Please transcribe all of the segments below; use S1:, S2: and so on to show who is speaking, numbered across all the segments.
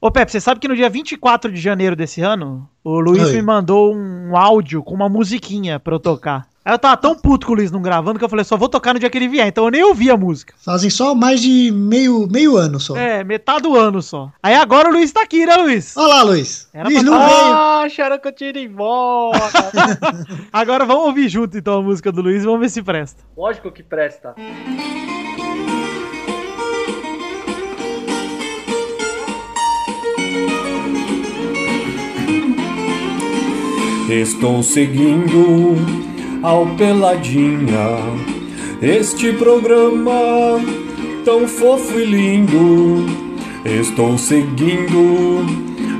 S1: Ô, Pepe, você sabe que no dia 24 de janeiro desse ano, o Luiz
S2: Oi.
S1: me mandou um áudio com uma musiquinha pra eu tocar. Aí eu tava tão puto com o Luiz não gravando que eu falei, só vou tocar no dia que ele vier. Então eu nem ouvi a música.
S2: Fazem só mais de meio, meio ano só.
S1: É, metade do ano só. Aí agora o Luiz tá aqui, né, Luiz?
S2: Olha lá, Luiz.
S1: Era
S2: Luiz
S1: pra
S2: não veio.
S3: Ah, acharam que eu tinha ido embora.
S1: Agora vamos ouvir junto então a música do Luiz e vamos ver se presta.
S3: Lógico que presta.
S4: Estou seguindo ao Peladinha este programa tão fofo e lindo. Estou seguindo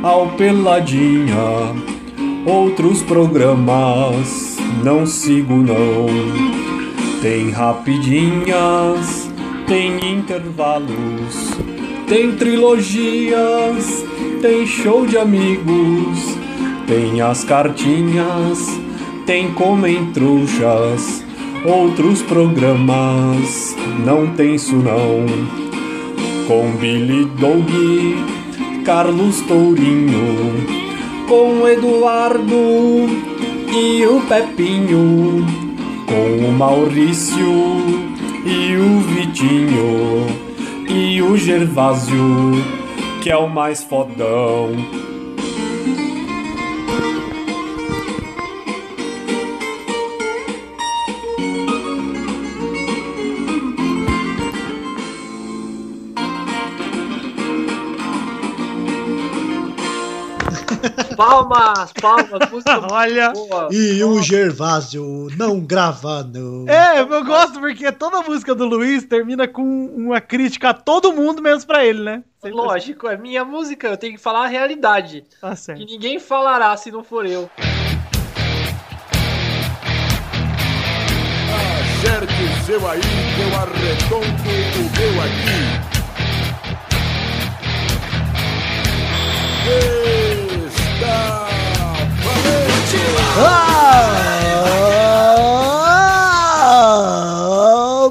S4: ao Peladinha outros programas não sigo não. Tem rapidinhas, tem intervalos, tem trilogias, tem show de amigos, tem as cartinhas, tem comentrouxas, outros programas, não tem isso não com Billy Dog, Carlos Tourinho, com Eduardo e o Pepinho, com o Maurício e o Vitinho e o Gervásio, que é o mais fodão.
S3: Palmas, palmas, música
S1: Olha.
S3: boa.
S2: E o Gervásio não gravando.
S1: É, eu gosto porque toda música do Luiz termina com uma crítica a todo mundo, menos pra ele, né? Sempre
S3: Lógico, é minha música, eu tenho que falar a realidade.
S1: Tá
S3: Que
S1: certo.
S3: ninguém falará se não for eu.
S5: Acerte o seu aí, que eu arredondo o meu aqui. Está valente!
S2: Ah,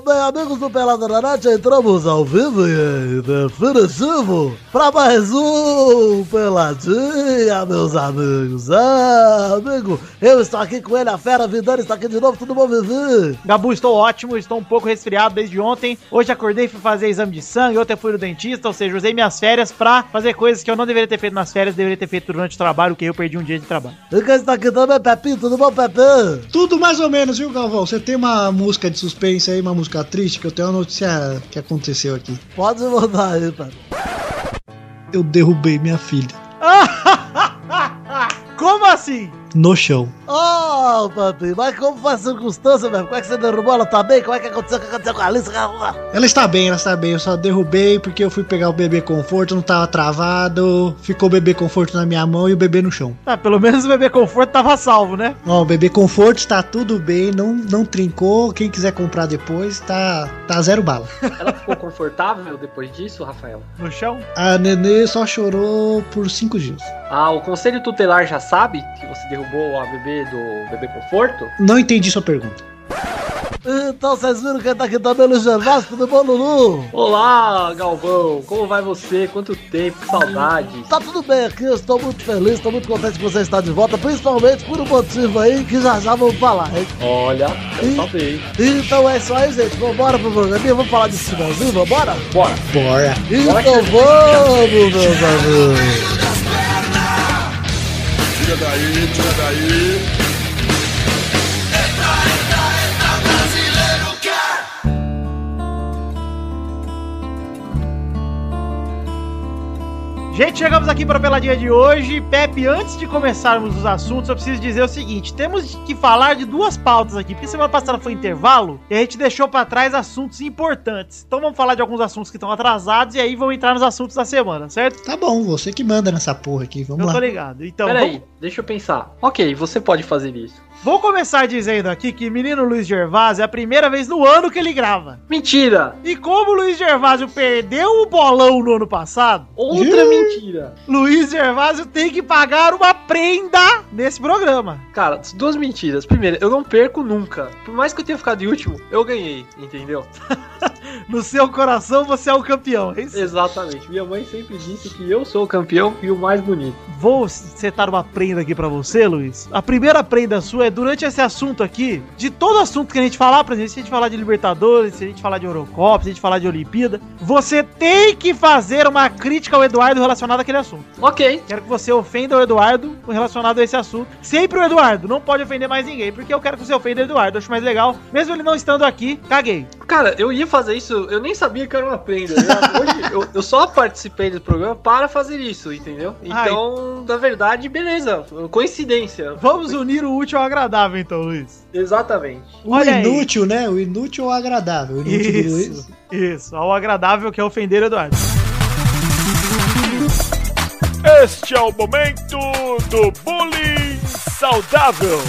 S2: Bem, amigos do Pelada na Net, entramos ao vivo e em definitivo para mais um Peladinha, meus amigos. Ah, amigo, eu estou aqui com ele, a fera Vidani está aqui de novo, tudo bom, Vivi?
S1: Gabu, estou ótimo, estou um pouco resfriado desde ontem. Hoje acordei, fui fazer exame de sangue, ontem fui no dentista, ou seja, usei minhas férias pra fazer coisas que eu não deveria ter feito nas férias, deveria ter feito durante o trabalho, que eu perdi um dia de trabalho.
S2: E quem está tá aqui também, Pepinho, tudo bom, Pepinho?
S6: Tudo mais ou menos, viu, Galvão? Você tem uma música de suspense aí, uma música triste, que eu tenho uma notícia que aconteceu aqui.
S2: Pode mandar aí, Pepinho.
S6: Eu derrubei minha filha
S1: Como assim?
S6: no chão.
S2: Oh, Pepinho, mas como foi a circunstância, meu? Como é que você derrubou ela também? Como é que aconteceu? O que aconteceu com a Alice?
S6: Ela está bem, ela está bem. Eu só derrubei porque eu fui pegar o bebê conforto, não tava travado. Ficou o bebê conforto na minha mão e o bebê no chão.
S1: Ah, pelo menos o bebê conforto tava salvo, né?
S6: Ó, o bebê conforto está tudo bem, não, não trincou. Quem quiser comprar depois, tá, tá zero bala.
S3: Ela ficou confortável depois disso, Rafael?
S1: No chão?
S6: A nenê só chorou por cinco dias.
S3: Ah, o conselho tutelar já sabe que você derrubou a bebê do bebê conforto?
S6: Não entendi sua pergunta.
S2: Então vocês viram quem tá aqui também, Luiz Gervásio, tudo bom, Lulu?
S3: Olá, Galvão! Como vai você? Quanto tempo? Que saudades!
S2: Tá tudo bem aqui, eu estou muito feliz, estou muito contente que você está de volta, principalmente por um motivo aí que já já vamos falar, hein?
S3: Olha, eu também.
S2: Então é isso aí, gente, vambora pro programinha, vamos falar desse finalzinho, vambora?
S3: Bora!
S6: Bora.
S2: Então vamos, meus amigos!
S5: Tira daí, tira daí.
S1: Gente, chegamos aqui para a peladinha de hoje. Pepe, antes de começarmos os assuntos, eu preciso dizer o seguinte: temos que falar de duas pautas aqui, porque semana passada foi intervalo e a gente deixou para trás assuntos importantes. Então vamos falar de alguns assuntos que estão atrasados e aí vão entrar nos assuntos da semana, certo?
S6: Tá bom, você que manda nessa porra aqui, vamos
S1: eu tô
S6: lá.
S1: ligado. Então,
S3: Peraí, deixa eu pensar. Ok, você pode fazer isso.
S1: vamos- vou começar dizendo aqui que menino Luiz Gervásio é a primeira vez no ano que ele grava.
S3: Mentira!
S1: E como o Luiz Gervásio perdeu o bolão no ano passado,
S3: Outra mentira!
S1: Luiz Gervásio tem que pagar uma prenda nesse programa.
S3: Cara, duas mentiras. Primeiro, eu não perco nunca. Por mais que eu tenha ficado em último, eu ganhei, entendeu?
S1: No seu coração você é o campeão, é isso?
S3: Exatamente. Minha mãe sempre disse que eu sou o campeão e o mais bonito.
S1: Vou setar uma prenda aqui pra você, Luiz. A primeira prenda sua é durante esse assunto aqui, de todo assunto que a gente falar, por exemplo, se a gente falar de Libertadores, se a gente falar de Eurocopa, se a gente falar de Olimpíada, você tem que fazer uma crítica ao Eduardo relacionada àquele assunto.
S3: Ok.
S1: Quero que você ofenda o Eduardo relacionado a esse assunto. Sempre o Eduardo, não pode ofender mais ninguém, porque eu quero que você ofenda o Eduardo. Acho mais legal. Mesmo ele não estando aqui, caguei.
S3: Cara, eu ia fazer isso, eu nem sabia que era uma prenda. né? Hoje eu, eu só participei do programa para fazer isso, entendeu?
S1: Ai.
S3: Então, na verdade, beleza. Coincidência.
S1: Vamos unir o útil ao agradável, então, Luiz.
S3: Exatamente.
S6: O
S1: Olha aí.
S6: inútil, né? O inútil ou agradável. O inútil do Luiz.
S1: Isso, isso. Ao agradável que é ofender o Eduardo.
S5: Este é o momento do bullying saudável.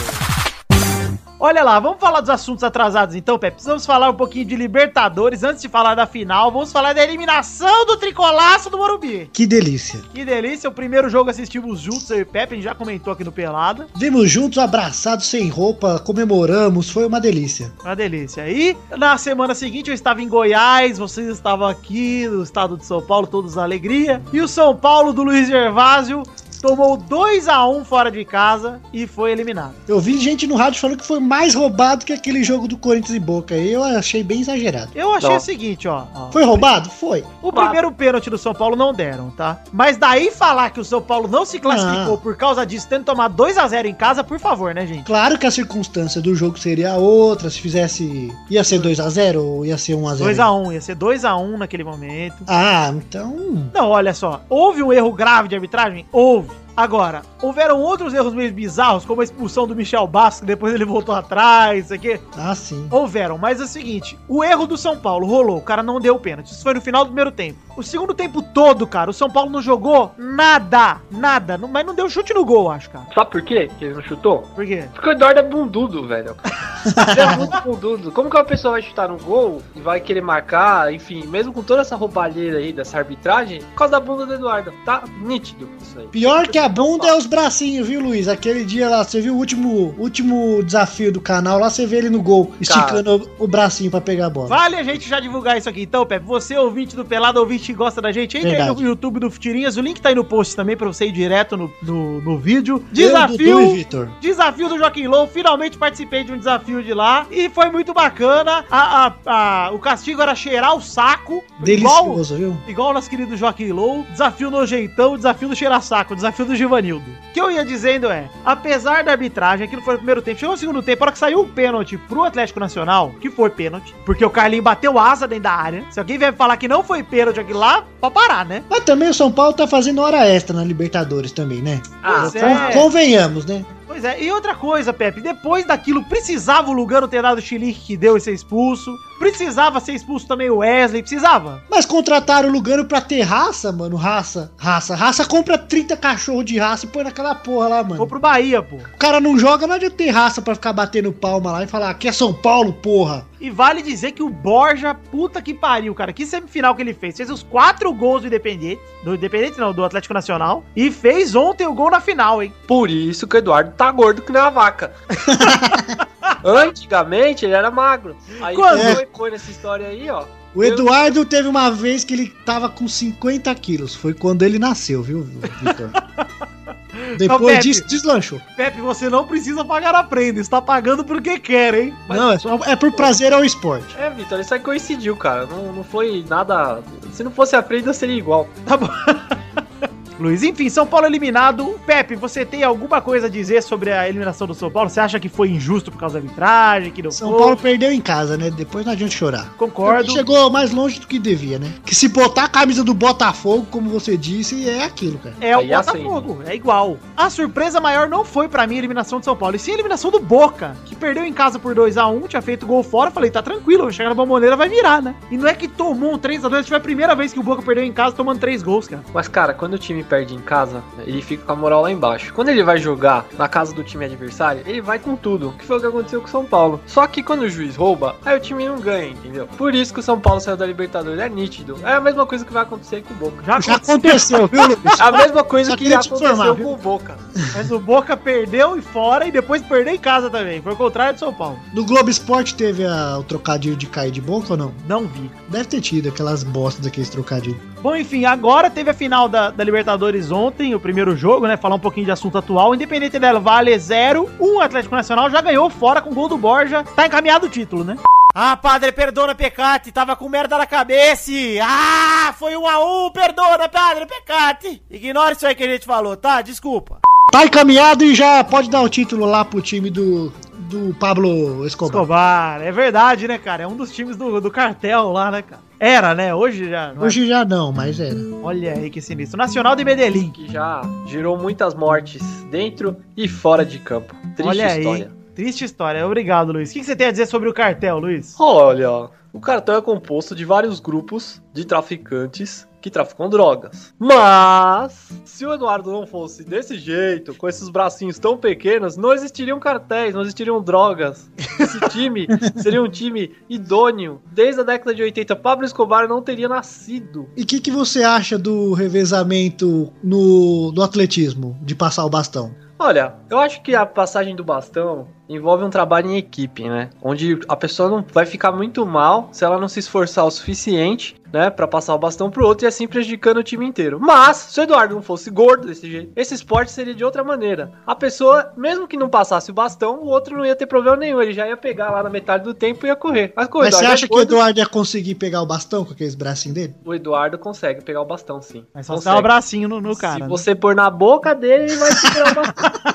S1: Olha lá, vamos falar dos assuntos atrasados então, Pepe. Precisamos falar um pouquinho de Libertadores antes de falar da final. Vamos falar da eliminação do tricolaço do Morumbi.
S6: Que delícia.
S1: Que delícia, o primeiro jogo assistimos juntos, eu e Pepe, a gente já comentou aqui no Pelada.
S6: Vimos juntos, abraçados, sem roupa, comemoramos, foi uma delícia.
S1: Uma delícia. E na semana seguinte eu estava em Goiás, vocês estavam aqui no estado de São Paulo, todos na alegria. E o São Paulo do Luiz Gervásio tomou 2 a 1 fora de casa e foi eliminado.
S6: Eu vi gente no rádio falando que foi mais roubado que aquele jogo do Corinthians e Boca. Eu achei bem exagerado.
S1: Eu achei
S3: Não.
S1: o seguinte, ó. ó.
S6: Foi roubado? Foi.
S1: O primeiro pênalti do São Paulo não deram, tá? Mas daí falar que o São Paulo não se classificou
S6: Não.
S1: por causa disso, tendo tomado 2 a 0 em casa, por favor, né, gente?
S6: Claro que a circunstância do jogo seria outra, se fizesse. ia ser 2x0 ou ia ser 1x0?
S1: 2 a 1 ia ser 2 a 1 naquele momento.
S6: Ah, então.
S1: Não, olha só, houve um erro grave de arbitragem? Houve. Agora, houveram outros erros meio bizarros, como a expulsão do Michel Bastos, que depois ele voltou atrás, isso aqui.
S6: Ah, sim.
S1: Houveram, mas é o seguinte: o erro do São Paulo rolou, o cara não deu o pênalti. Isso foi no final do primeiro tempo. O segundo tempo todo, cara, o São Paulo não jogou nada, nada, não- mas não deu chute no gol, acho, cara.
S3: Sabe por quê que ele não chutou?
S1: Por quê?
S3: Porque o Eduardo é bundudo, velho. Ele é muito bundudo. Como que uma pessoa vai chutar um gol e vai querer marcar, enfim, mesmo com toda essa roubalheira aí dessa arbitragem, por causa da bunda do Eduardo. Tá nítido isso aí.
S6: Pior que a bunda é os bracinhos, viu, Luiz? Aquele dia lá, você viu o último, último desafio do canal lá, você vê ele no gol, esticando o, o bracinho pra pegar a bola.
S1: Vale a gente já divulgar isso aqui então, Pepe. Você, ouvinte do Pelado, ouvinte que gosta da gente, entra aí
S6: Verdade.
S1: no YouTube do Futirinhas. O link tá aí no post também pra você ir direto no, no, no vídeo.
S6: Eu, Dudu e
S1: Desafio.
S6: Vitor.
S1: Desafio do Joaquim Low, finalmente participei de um desafio de lá e foi muito bacana. A- a- a- o castigo era cheirar o saco, igual,
S6: Delicioso, viu?
S1: igual o nosso querido Joaquim Low. Desafio nojeitão, desafio do cheirar saco, desafio do Givanildo. O que eu ia dizendo é: apesar da arbitragem, aquilo foi no primeiro tempo, chegou no segundo tempo, a hora que saiu o pênalti pro Atlético Nacional, que foi pênalti, porque o Carlinho bateu asa dentro da área. Se alguém vier falar que não foi pênalti aqui lá, pode parar, né?
S6: Mas também o São Paulo tá fazendo hora extra na Libertadores também, né?
S3: Ah,
S1: Pois é.
S6: Con- Convenhamos, né?
S1: Pois é, e outra coisa, Pepe, depois daquilo, precisava o Lugano ter dado o chilique que deu e ser expulso? Precisava ser expulso também o Wesley? Precisava?
S6: Mas contrataram o Lugano pra ter raça, mano. Raça, raça, raça. Compra 30 cachorros de raça e põe naquela porra lá, mano.
S1: Foi pro Bahia, pô.
S6: O cara não joga, não adianta ter raça pra ficar batendo palma lá e falar, aqui é São Paulo, porra.
S1: E vale dizer que o Borja, puta que pariu, cara. Que semifinal que ele fez? Fez os quatro gols do Independente. Do Independente, não, do Atlético Nacional. E fez ontem o gol na final, hein?
S3: Por isso que o Eduardo tá gordo que nem uma vaca. Antigamente ele era magro. Aí
S1: Quando?
S3: quando foi, foi nessa história aí, ó.
S6: O
S3: Eu-
S6: Eduardo teve uma vez que ele tava com 50 quilos. Foi quando ele nasceu, viu, Vitor?
S1: Então,
S6: Depois
S1: Pepe.
S6: disso, deslanchou.
S1: Pepe, você não precisa pagar a prenda. Está pagando por que quer, hein?
S3: Mas-
S6: Não, é, só- é por prazer ao esporte.
S3: É, Vitor, isso aí coincidiu, cara. Não, não foi nada. Se não fosse a prenda, seria igual.
S1: Tá bom. Luiz, enfim, São Paulo eliminado. Pepe, você tem alguma coisa a dizer sobre a eliminação do São Paulo? Você acha que foi injusto por causa da arbitragem, que não
S6: São
S1: foi?
S6: Paulo perdeu em casa, né? Depois não adianta chorar.
S1: Concordo.
S6: Chegou mais longe do que devia, né? Que se botar a camisa do Botafogo, como você disse, é aquilo, cara.
S1: É o
S3: Aí acende.
S1: Botafogo, é igual. A surpresa maior não foi pra mim a eliminação do São Paulo, e sim a eliminação do Boca, que perdeu em casa por 2 a 1 tinha feito gol fora, falei, tá tranquilo, vai chegar na bomboneira, vai virar, né? E não é que tomou um 3 a 2 acho que foi a primeira vez que o Boca perdeu em casa tomando três gols, cara.
S3: Mas, cara, quando o time perde em casa, ele fica com a moral lá embaixo. Quando ele vai jogar na casa do time adversário, ele vai com tudo, que foi o que aconteceu com o São Paulo. Só que quando o juiz rouba, aí o time não ganha, entendeu? Por isso que o São Paulo saiu da Libertadores, é nítido. É a mesma coisa que vai acontecer com o Boca. É
S1: Já
S6: Já
S1: aconteceu.
S6: aconteceu, viu, Luiz?
S3: A mesma coisa
S6: Só
S3: que
S6: queria te
S3: aconteceu
S6: informar, viu?
S3: com o Boca.
S1: Mas o Boca perdeu e fora e depois perdeu em casa também. Foi o contrário do São Paulo.
S6: No Globo Esporte teve a- o trocadilho de cair de boca ou não?
S1: Não vi.
S6: Deve ter tido aquelas bostas daqueles trocadilhos.
S1: Bom, enfim, agora teve a final da, da Libertadores ontem, o primeiro jogo, né? Falar um pouquinho de assunto atual. Independente dela, vale 0, 1 Atlético Nacional já ganhou fora com gol do Borja. Tá encaminhado o título, né? Ah, padre, perdona, Pecati. Tava com merda na cabeça. Ah, foi 1 a 1 Perdona, padre, Pecati. Ignora isso aí que a gente falou, tá? Desculpa.
S6: Tá encaminhado e já pode dar o título lá pro time do, do Pablo Escobar.
S1: Escobar, é verdade, né, cara? É um dos times do, do cartel lá, né, cara? Era, né? Hoje já. não é?
S6: Hoje já não, mas era.
S1: Olha aí que sinistro. Nacional de Medellín.
S3: Que já gerou muitas mortes dentro e fora de campo. Triste
S1: Olha
S3: história.
S1: aí. Triste história. Obrigado, Luiz. O que que você tem a dizer sobre o cartel, Luiz?
S3: Olha, ó, o cartão é composto de vários grupos de traficantes que traficam drogas. Mas, se o Eduardo não fosse desse jeito, com esses bracinhos tão pequenos, não existiriam cartéis, não existiriam drogas. Esse time seria um time idôneo. Desde a década de 80, Pablo Escobar não teria nascido.
S6: E o que, que você acha do revezamento no, no atletismo, de passar o bastão?
S3: Olha, eu acho que a passagem do bastão envolve um trabalho em equipe, né? Onde a pessoa não vai ficar muito mal se ela não se esforçar o suficiente, né, Pra passar o bastão pro outro e assim prejudicando o time inteiro. Mas se o Eduardo não fosse gordo desse jeito, esse esporte seria de outra maneira. A pessoa, mesmo que não passasse o bastão, o outro não ia ter problema nenhum, ele já ia pegar lá na metade do tempo e ia correr. Mas, com o
S6: Mas você
S3: Eduardo é
S6: acha que o
S3: gordo,
S6: Eduardo ia conseguir pegar o bastão com aqueles bracinhos dele?
S3: o Eduardo consegue pegar o bastão sim.
S1: É só você
S3: Consegue.
S1: dar um abracinho no, no cara.
S3: se
S1: né?
S3: você pôr na boca dele, ele vai segurar o bastão.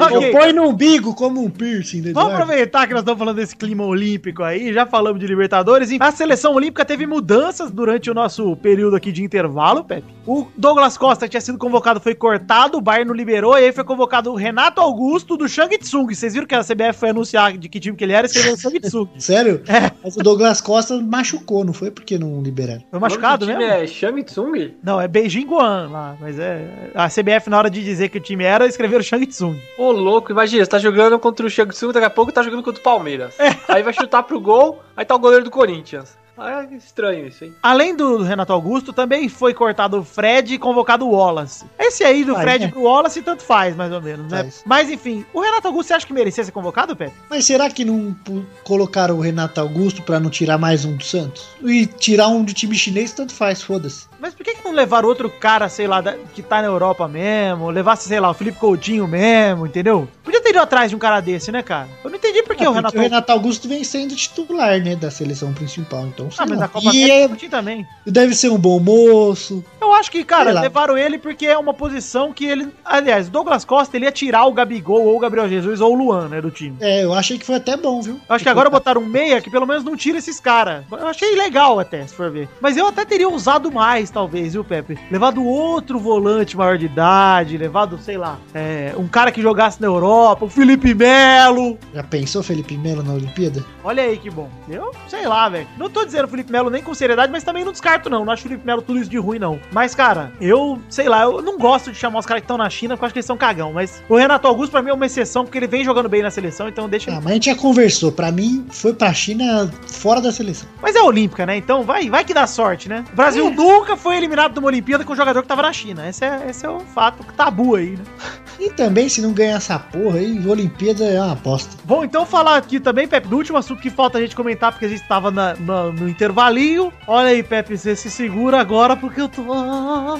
S1: Ok,
S6: Ou põe no umbigo como um piercing do
S1: Vamos
S3: né?
S6: Eduardo?
S1: aproveitar que nós estamos falando desse clima olímpico aí, já falamos de Libertadores. e A seleção olímpica teve mudanças durante o nosso período aqui de intervalo, Pepe. O Douglas Costa que tinha sido convocado, foi cortado, o Bayern não liberou, e aí foi convocado o Renato Augusto do Shang Tsung. Vocês viram que a CBF foi anunciar de que time que ele era, e escreveu Shang Tsung.
S6: Sério?
S1: É.
S6: Mas o Douglas Costa machucou, não foi porque não liberaram.
S1: Foi machucado,
S3: O
S1: né?
S3: nome do time É Shang Tsung?
S1: Não, é Beijing Guan lá, mas é. A CBF, na hora de dizer que o time era, escreveram Shang Tsung.
S3: Ô, louco, imagina, você tá jogando contra o Chego Silva, daqui a pouco tá jogando contra o Palmeiras.
S1: É.
S3: Aí vai chutar pro gol, aí tá o goleiro do Corinthians. Ah, é estranho isso, hein?
S1: Além do Renato Augusto, também foi cortado o Fred e convocado o Wallace. Esse aí do
S6: Ah,
S1: Fred
S6: é.
S1: pro Wallace, tanto faz, mais ou menos, né?
S6: Faz.
S1: Mas enfim, o Renato Augusto, você acha que merecia ser convocado, Pepe?
S6: Mas será que não pu- colocaram o Renato Augusto pra não tirar mais um do Santos? E tirar um do time chinês, tanto faz, foda-se.
S1: Mas por que, que não levaram outro cara, sei lá, da- que tá na Europa mesmo? Levasse, sei lá, o Felipe Coutinho mesmo, entendeu? Podia ter ido atrás de um cara desse, né, cara? Eu não entendi por que
S6: Ah,
S1: o
S6: porque
S1: Renato
S6: o
S1: Augusto.
S6: Renato Augusto vem sendo titular, né, da seleção principal, então sei
S1: Ah, mas
S6: lá.
S1: na Copa
S6: E
S1: América Coutinho também.
S6: é- deve ser um bom moço.
S1: Eu acho que, cara,
S6: Sei lá.
S1: levaram ele porque é uma posição que ele. Aliás, Douglas Costa ele ia tirar o Gabigol ou o Gabriel Jesus ou o Luan, né, do time.
S6: É, eu achei que foi até bom, viu?
S1: Eu acho que agora botaram um meia que pelo menos não tira esses caras. Eu achei legal até, se for ver. Mas eu até teria usado mais, talvez, viu, Pepe? Levado outro volante maior de idade, levado, sei lá, é, um cara que jogasse na Europa, o Felipe Melo.
S6: Já pensou Felipe Melo na Olimpíada?
S1: Olha aí que bom. Eu sei lá, velho. Não tô dizendo Felipe Melo nem com seriedade, mas também não descarto, não. Não acho Felipe Melo tudo isso de ruim, não. Mas, cara, eu sei lá, eu não gosto de chamar os caras que estão na China, porque eu acho que eles são cagão. Mas o Renato Augusto, pra mim, é uma exceção, porque ele vem jogando bem na seleção, então deixa
S6: Ah,
S1: ele.
S6: mas a gente já conversou. Pra mim, foi pra China fora da seleção.
S1: Mas é olímpica, né? Então vai, vai que dá sorte, né? O
S6: É.
S1: Brasil nunca foi eliminado de uma Olimpíada com um jogador que tava na China. Esse é, esse é o fato tabu aí, né?
S6: E também, se não ganhar essa porra aí, Olimpíada é uma aposta.
S1: Bom, então falar aqui também, Pepe, do último assunto que falta a gente comentar, porque a gente tava na- na- no intervalinho. Olha aí, Pepe, você se segura agora, porque eu tô ah,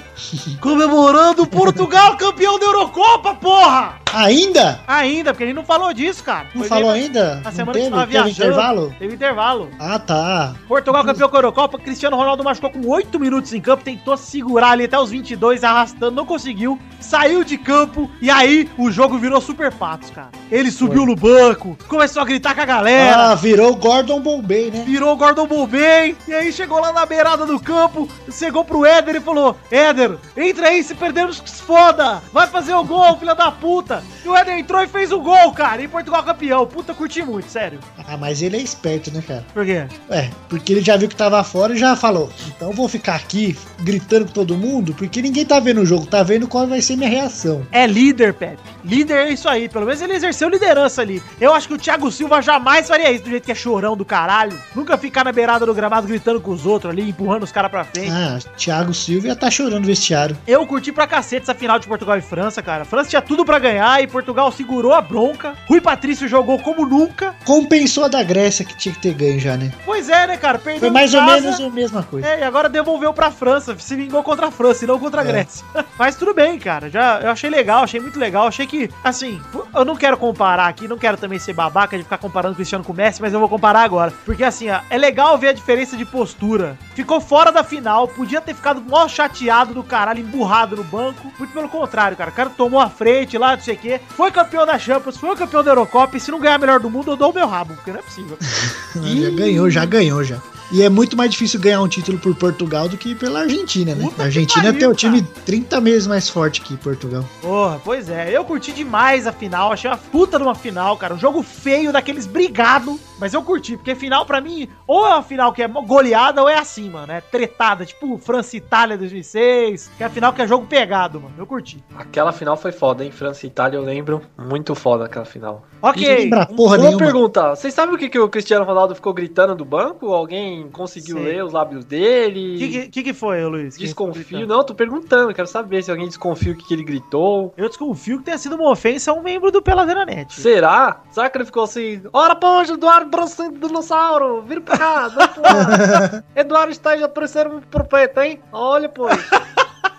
S1: comemorando Portugal campeão da Eurocopa, porra!
S6: Ainda?
S1: Ainda, porque a gente não falou disso, cara.
S6: Não
S1: Foi
S6: falou
S1: meio-
S6: ainda?
S1: é, Na
S6: Não
S1: semana que
S6: teve?
S1: você tava
S6: Teve
S1: viajando.
S6: intervalo?
S1: Teve intervalo.
S6: Ah, tá.
S1: Portugal campeão com a Eurocopa, Cristiano Ronaldo machucou com 8 minutos em campo, tentou segurar ali até os 22, arrastando, não conseguiu, saiu de campo e aí o jogo virou super patos, cara. Ele subiu no banco, começou a gritar com a galera.
S6: Ah, virou Gordon Bombay, né?
S1: Virou o Gordon Bombay, e aí chegou lá na beirada do campo, chegou pro Éder e falou: Éder, entra aí, se perdermos que se foda! Vai fazer o gol, filha da puta! E o Éder entrou e fez o gol, cara. E Portugal campeão. Puta, curti muito, sério.
S6: Ah, mas ele é esperto, né, cara?
S1: Por quê?
S6: É, porque ele já viu que tava fora e já falou: então vou ficar aqui gritando com todo mundo, porque ninguém tá vendo o jogo, tá vendo qual vai ser minha reação.
S1: É líder, Pepe. Líder é isso aí. Pelo menos ele exerceu liderança ali. Eu acho que o Thiago Silva jamais faria isso, do jeito que é chorão do caralho. Nunca ficar na beirada do gramado gritando com os outros ali, empurrando os caras pra frente.
S6: Ah, Thiago Silva ia tá chorando no vestiário.
S1: Eu curti pra cacete essa final de Portugal e França, cara. A França tinha tudo pra ganhar e Portugal segurou a bronca. Rui Patrício jogou como nunca.
S6: Compensou a da Grécia que tinha que ter ganho já, né?
S1: Pois é, né, cara? Perdeu
S6: Foi
S1: em
S6: mais ou
S1: casa.
S6: menos a mesma coisa.
S1: É, e agora devolveu pra França, se vingou contra a França e não contra a
S6: É.
S1: Grécia. Mas tudo bem, cara. Já, eu achei legal, achei muito legal. Achei que, assim, eu não quero comparar aqui, não quero também ser babaca de ficar comparando o Cristiano com o Messi, mas eu vou comparar agora. Porque, assim, ó, é legal ver a diferença de postura. Ficou fora da final, podia ter ficado mó chateado do caralho, emburrado no banco. Muito pelo contrário, cara. O cara tomou a frente lá, não sei o quê. Foi campeão da Champions, foi campeão da Eurocopa. E se não ganhar a melhor do mundo, eu dou o meu rabo, porque não é possível.
S6: Já ganhou, já ganhou, já. E é muito mais difícil ganhar um título por Portugal do que pela Argentina, né?
S1: Puta que
S6: a Argentina
S1: pariu,
S6: tem um time 30 vezes mais forte que Portugal.
S1: Porra, pois é. Eu curti demais a final. Achei uma puta de uma final, cara. Um jogo feio, daqueles brigado. Mas eu curti, porque final pra mim, ou é uma final que é goleada, ou é assim, mano. É tretada, tipo França e Itália 2006. Que é a final que é jogo pegado, mano. Eu curti.
S3: Aquela final foi foda, hein? França e Itália, eu lembro. Muito foda aquela final.
S6: Ninguém
S1: Ok.
S6: lembra porra
S3: Uma
S6: nenhuma.
S3: pergunta, vocês sabem o que, que o Cristiano Ronaldo ficou gritando do banco? Alguém conseguiu
S1: Sei.
S3: ler os lábios
S1: O
S3: dele?
S1: que, que- que que foi, Luiz?
S3: Desconfio? Não, tô perguntando, quero saber se alguém desconfia o que, que ele gritou.
S1: Eu desconfio que tenha sido uma ofensa a um membro do Peladranet.
S3: Será? Será que ele ficou assim? Ora, poxa, Eduardo Bronson dinossauro, vira pra cá, dá pra lá. Eduardo está já parecendo um profeta, hein? Olha, pô.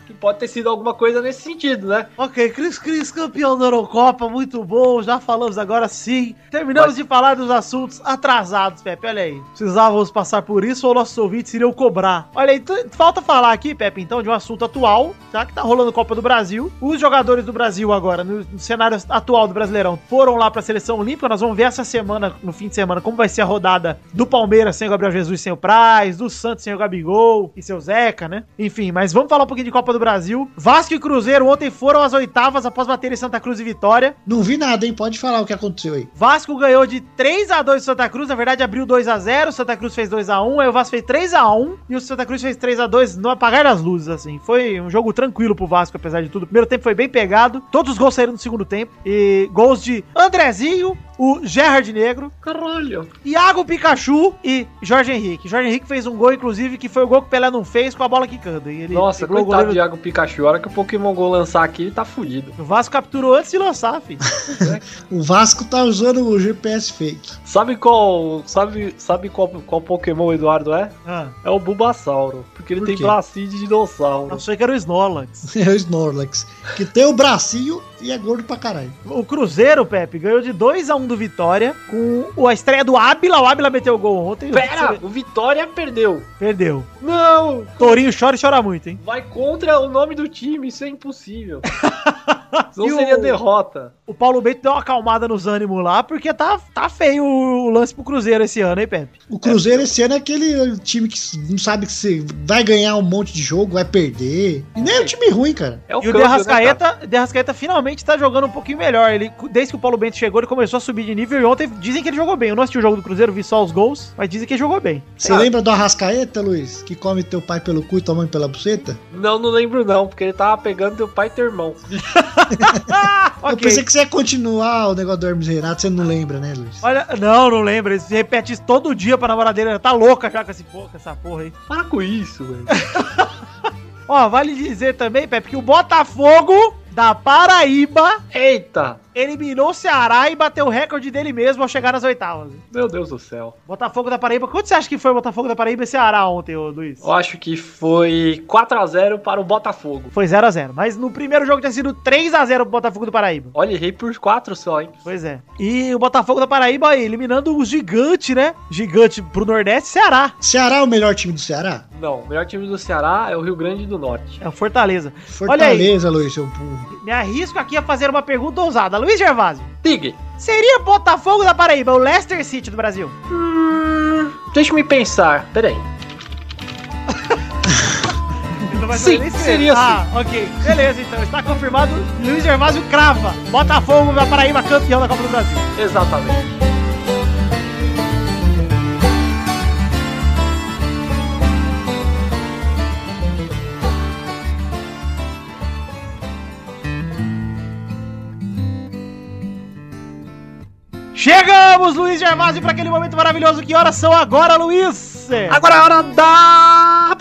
S3: que pode ter sido alguma coisa nesse sentido, né?
S1: Ok, Cris Cris, campeão da Eurocopa, muito bom. Já falamos agora sim. Terminamos de falar dos assuntos atrasados, Pepe. Olha aí. Precisávamos passar por isso ou nossos ouvintes iriam cobrar. Olha aí, tu- falta falar aqui, Pepe, então, de um assunto atual, tá? Que tá rolando Copa do Brasil. Os jogadores do Brasil agora, no, no cenário atual do Brasileirão, foram lá pra seleção olímpica. Nós vamos ver essa semana, no fim de semana, como vai ser a rodada do Palmeiras sem o Gabriel Jesus, sem o Praz, do Santos sem o Gabigol e seu Zeca, né? Enfim, mas vamos falar um pouquinho de Copa do Brasil. Vasco e Cruzeiro ontem foram às oitavas após baterem Santa Cruz e Vitória.
S6: Não vi nada, hein? Pode falar o que aconteceu aí.
S1: Vasco ganhou de 3 a 2 do Santa Cruz, na verdade abriu 2 a 0, Santa Cruz fez 2 a 1, aí o Vasco fez 3 a 1 e o Santa Cruz fez 3 a 2 no apagar das luzes assim. Foi um jogo tranquilo pro Vasco apesar de tudo. O primeiro tempo foi bem pegado, todos os gols saíram no segundo tempo e gols de Andrezinho, o Gerard Negro,
S3: Caralho.
S1: Iago Pikachu e Jorge Henrique. Jorge Henrique fez um gol inclusive que foi o gol que o Pelé não fez com a bola quicando e ele
S3: Nossa,
S1: driblou o
S3: coitado do
S1: goleiro-
S3: Iago Pikachu. A hora que o Pokémon Go lançar aqui, ele tá fudido.
S1: O Vasco capturou antes de lançar, filho.
S6: O Vasco tá usando o GPS fake.
S3: Sabe qual. Sabe, sabe qual, qual Pokémon o Eduardo é?
S1: Ah,
S3: É o Bulbasauro. Porque ele
S6: Por
S3: tem
S6: quê?
S3: placide de dinossauro.
S1: achei que era o Snorlax.
S6: É o Snorlax. Que tem o bracinho e é gordo pra caralho.
S1: O Cruzeiro, Pepe, ganhou de 2x1 do Vitória com a estreia do Ábila. O Ábila meteu gol ontem.
S3: Pera! O Vitória perdeu!
S1: Perdeu.
S3: Não!
S1: Torinho chora e chora muito, hein?
S3: Vai contra o nome do time, isso é impossível. Não
S1: E o-
S3: seria derrota.
S1: O Paulo Bento deu uma acalmada nos ânimos lá, porque tá, tá feio o lance pro Cruzeiro esse ano, hein, Pepe?
S6: O Cruzeiro esse ano é aquele time que não sabe que se vai ganhar um monte de jogo, vai perder. E nem é um time ruim, cara.
S3: É o
S1: e o
S3: câmbio, né, cara?
S1: Derrascaeta, Derrascaeta finalmente tá jogando um pouquinho melhor. Ele, desde que o Paulo Bento chegou, ele começou a subir de nível e ontem dizem que ele jogou bem. Eu não assisti o jogo do Cruzeiro, vi só os gols, mas dizem que ele jogou bem.
S6: Você lembra do Arrascaeta, Luiz? Que come teu pai pelo cu e tua mãe pela buceta?
S3: Não, não lembro não, porque ele tava pegando teu pai e teu irmão.
S1: Ah,
S6: Eu pensei que você ia continuar o negócio do Hermes Renato, você não lembra, né, Luiz?
S1: Olha, não, não lembro. Ele se repete isso todo dia pra namorada dele. Ela tá louca já com esse porra, com essa porra aí.
S3: Para com isso, velho.
S1: Ó, vale dizer também, Pepe, que o Botafogo da Paraíba
S3: Eita!
S1: eliminou o Ceará e bateu o recorde dele mesmo ao chegar nas oitavas.
S3: Meu Deus do céu.
S1: Botafogo da Paraíba, quanto você acha que foi o Botafogo da Paraíba e Ceará ontem, ô Luiz?
S3: Eu acho que foi 4x0 para o Botafogo.
S1: Foi 0x0, mas no primeiro jogo tinha sido 3x0 pro Botafogo do Paraíba.
S3: Olha, errei por 4 só, hein?
S1: Pois é. E o Botafogo da Paraíba aí, eliminando o gigante, né? Gigante pro Nordeste, Ceará.
S6: Ceará é o melhor time do Ceará?
S3: Não, o melhor time do Ceará é o Rio Grande do Norte.
S1: É o Fortaleza. Olha aí,
S6: Fortaleza, Luiz, seu burro.
S1: me arrisco aqui a fazer uma pergunta ousada. Luiz Gervásio,
S3: Digue!
S1: seria Botafogo da Paraíba o Leicester City do Brasil?
S3: Hum, Deixa me pensar. Peraí.
S1: Ele não Então vai
S3: Sim,
S1: saber nem escrever.
S3: seria assim.
S1: Ah, ok. Beleza, então. Está confirmado. Luiz Gervásio crava. Botafogo da Paraíba, campeão da Copa do Brasil.
S3: Exatamente.
S1: Chegamos, Luiz Gervásio, para aquele momento maravilhoso. Que horas são agora, Luiz?
S3: Agora é a hora da.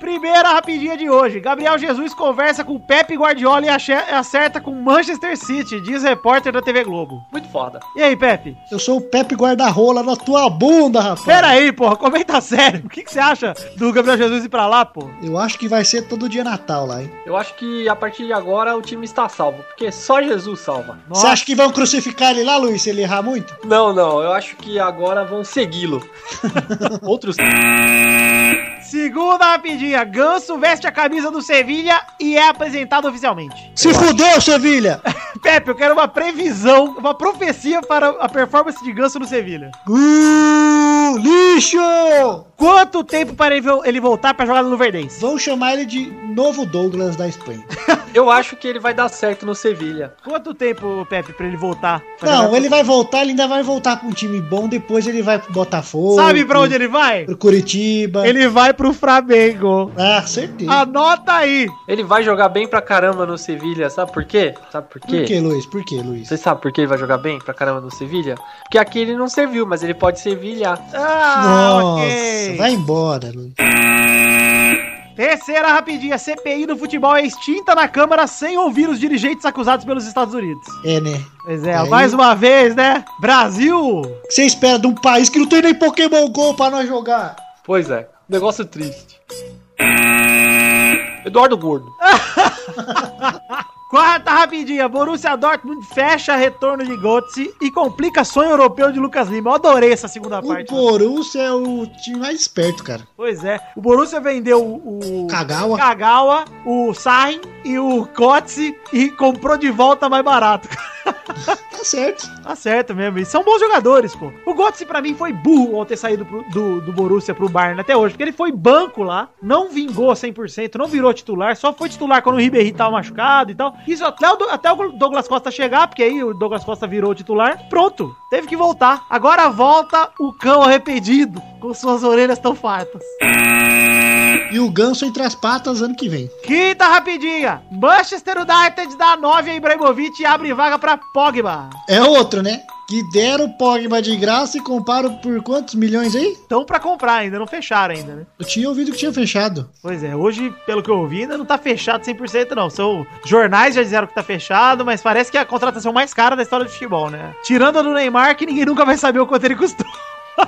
S1: Primeira rapidinha de hoje. Gabriel Jesus conversa com Pepe Guardiola e ache- acerta com Manchester City, diz repórter da TV Globo.
S3: Muito foda.
S1: E aí, Pepe?
S6: Eu sou o Pepe Guarda-Rola na tua bunda, rapaz.
S1: Pera aí, porra, comenta sério. O que, que você acha do Gabriel Jesus ir pra lá, pô?
S6: Eu acho que vai ser todo dia Natal lá, hein?
S3: Eu acho que a partir de agora o time está salvo, porque só Jesus salva.
S6: Você acha que vão crucificar ele lá, Luiz, se ele errar muito?
S3: Não, não, eu acho que agora vão segui-lo. Outros.
S1: Segunda rapidinha. Ganso veste a camisa do Sevilha e é apresentado oficialmente.
S6: Se fudeu, Sevilha!
S1: Pepe, eu quero uma previsão, uma profecia para a performance de Ganso no Sevilha.
S6: Uh, lixo!
S1: Quanto tempo para ele vo- ele voltar pra jogar no Luverdense?
S6: Vão chamar ele de novo Douglas da Espanha.
S3: Eu acho que ele vai dar certo no Sevilha.
S1: Quanto tempo, Pepe, pra ele voltar? pra
S6: Não,
S1: jogar-
S6: ele vai voltar, ele ainda vai voltar pra um time bom, depois ele vai pro Botafogo.
S1: Sabe pra onde ele vai?
S6: Pro Curitiba.
S1: Ele vai pro Flamengo.
S6: Ah, certeza.
S1: Anota aí.
S3: Ele vai jogar bem pra caramba no Sevilha, sabe por quê? Sabe por quê?
S6: Por que, Luiz? Por que, Luiz?
S3: Você sabe por que ele vai jogar bem pra caramba no Sevilha? Porque aqui ele não serviu, mas ele pode servilhar.
S1: Ah,
S6: Nossa,
S1: ok.
S6: vai embora, Luiz.
S1: Terceira rapidinha. CPI do futebol é extinta na Câmara sem ouvir os dirigentes acusados pelos Estados Unidos.
S6: É, né?
S1: Pois é,
S6: Aí-
S1: mais uma vez, né? Brasil!
S6: O que você espera de um país que não tem nem Pokémon GO pra nós jogar?
S3: Pois é, negócio triste. Eduardo Gordo.
S1: Quarta rapidinha. Borussia Dortmund fecha retorno de Götze e complica sonho europeu de Lucas Lima. Eu adorei essa segunda
S6: O
S1: parte.
S6: Borussia é o time mais esperto, cara.
S1: Pois é. O Borussia vendeu o... o-
S6: Kagawa.
S1: Kagawa, o Sahin e o Kotze e comprou de volta mais barato.
S6: Tá certo.
S1: Tá certo mesmo. E são bons jogadores, pô. O Götze, pra mim, foi burro ao ter saído pro- do, do Borussia pro Bayern até hoje. Porque ele foi banco lá, não vingou 100%, não virou titular, só foi titular quando o Ribéry tava machucado e tal. Isso até o, Do- até o Douglas Costa chegar, porque aí o Douglas Costa virou titular. Pronto, teve que voltar. Agora volta o cão arrependido, com suas orelhas tão fartas.
S6: E o Ganso entre as patas ano que vem.
S1: Quinta rapidinha. Manchester United dá 9 a Ibrahimovic e abre vaga pra Pogba.
S6: É outro, né? Que deram o Pogba de graça e comparam por quantos milhões aí?
S1: Estão pra comprar ainda, não fecharam ainda, né?
S6: Eu tinha ouvido que tinha fechado.
S1: Pois é, hoje, pelo que eu ouvi, ainda não tá fechado 100% não. São jornais já disseram que tá fechado, mas parece que é a contratação mais cara da história do futebol, né? Tirando a do Neymar, que ninguém nunca vai saber o quanto ele custou.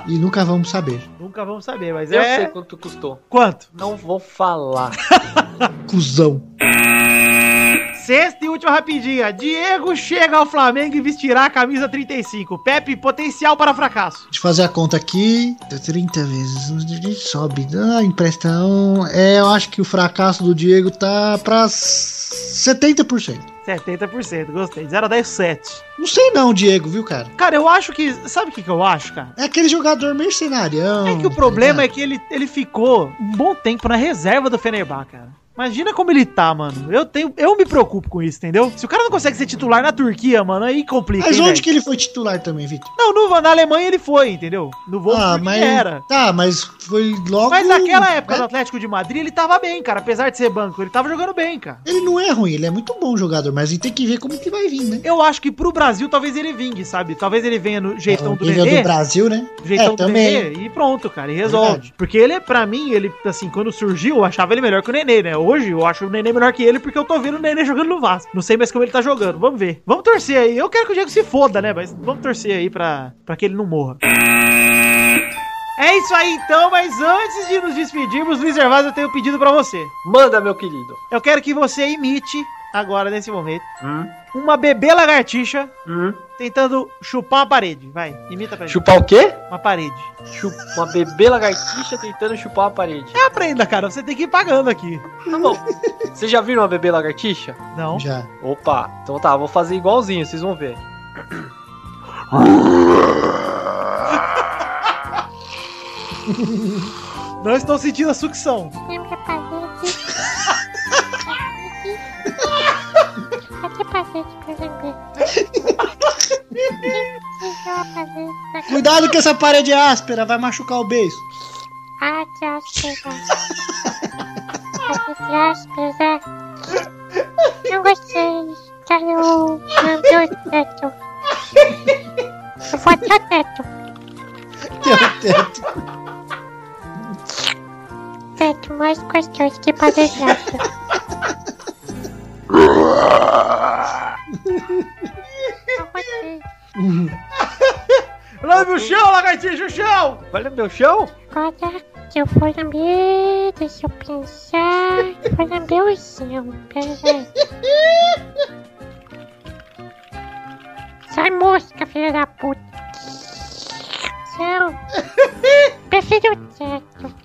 S6: E nunca vamos saber.
S1: Nunca vamos saber, mas
S3: Eu
S1: é
S3: sei quanto custou.
S1: quanto.
S3: Não vou falar.
S6: Cusão.
S1: Sexta e última rapidinha. Diego chega ao Flamengo e vestirá a camisa 35. Pepe, potencial para fracasso.
S6: Deixa eu fazer a conta aqui. Tá 30 vezes. Sobe. Ah, empresta um. É, eu acho que o fracasso do Diego tá pra 70%.
S1: 70%, gostei. De 0 a 10, 7.
S6: Não sei não, Diego, viu, cara?
S1: Cara, eu acho que... Sabe o que, que eu acho, cara?
S6: É aquele jogador mercenarião.
S1: É que o problema é que ele, ele ficou um bom tempo na reserva do Fenerbahçe, cara. Imagina como ele tá, mano. Eu tenho, eu me preocupo com isso, entendeu? Se o cara não consegue ser titular na Turquia, mano, aí complica.
S6: Mas
S1: hein,
S6: onde
S1: velho?
S6: que ele foi titular também, Vitor?
S1: Não, no, na Alemanha ele foi, entendeu? No voo
S6: Ah, mas.
S1: era.
S6: Tá, mas foi logo.
S1: Mas naquela época do
S6: né?
S1: Atlético de Madrid ele tava bem, cara. Apesar de ser banco, ele tava jogando bem, cara.
S6: Ele não é ruim, ele é muito bom jogador, mas ele tem que ver como que vai vir, né?
S1: Eu acho que pro Brasil talvez ele vingue, sabe? Talvez ele venha no jeitão
S6: É,
S1: do
S6: o nível
S1: Nenê.
S6: do Brasil, né?
S1: do jeitão
S6: É,
S1: do
S6: também.
S1: Nenê e pronto, cara, e resolve.
S6: Verdade.
S1: Porque ele, é, pra mim, ele, assim, quando surgiu, eu achava ele melhor que o Nenê, né? Hoje eu acho o Nenê melhor que ele porque eu tô vendo o Nenê jogando no Vasco. Não sei mais como ele tá jogando, vamos ver. Vamos torcer aí. Eu quero que o Diego se foda, né? Mas vamos torcer aí pra, pra que ele não morra. É isso aí então, mas antes de nos despedirmos, Luiz Gervásio, eu tenho um pedido pra você.
S3: Manda, meu querido.
S1: Eu quero que você imite, agora nesse momento, uma bebê lagartixa tentando chupar a parede. Vai, imita pra gente.
S3: Chupar o quê?
S1: Uma parede.
S3: Chu- Uma bebê lagartixa tentando chupar a parede.
S1: É, aprenda, cara. Você tem que ir pagando aqui.
S3: Tá bom. Vocês já viram uma bebê lagartixa?
S1: Não.
S6: Já.
S3: Opa, então tá, vou fazer igualzinho, vocês vão ver.
S1: Não estou sentindo a sucção.
S7: Não quer fazer aqui. Não quer fazer aqui pra vender. Não quer fazer isso aqui.
S6: Cuidado com essa parede áspera, vai machucar o beijo.
S7: Ah, que áspera. Ah, que áspera. Não gostei. Caiu. Lambeu o teto. Eu vou até o teto.
S6: Teu
S1: Tá
S6: teto.
S7: Teto mais gostoso que fazer graça. Não gostei.
S1: Lambe o chão, lagartixa, o chão!
S3: Olha meu chão!
S7: Agora se eu for lamber, deixa eu pensar. Eu vou lamber o chão, peraí. Sai mosca, filha da puta. Chão. Prefiro o teto.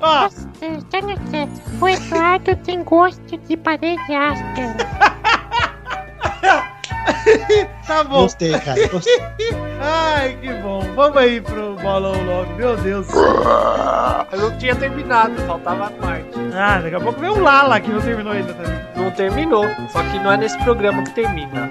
S1: Ó,
S7: Gostei, tá no teto. O Eduardo tem gosto de parede áspera.
S1: tá bom.
S6: Gostei, cara. Gostei.
S1: Ai, que bom. Vamos aí pro bolão logo, meu Deus.
S3: Eu não tinha terminado, faltava a parte.
S1: Ah, daqui a pouco vem o Lala que não terminou ainda também.
S3: Não terminou, só que não é nesse programa que termina.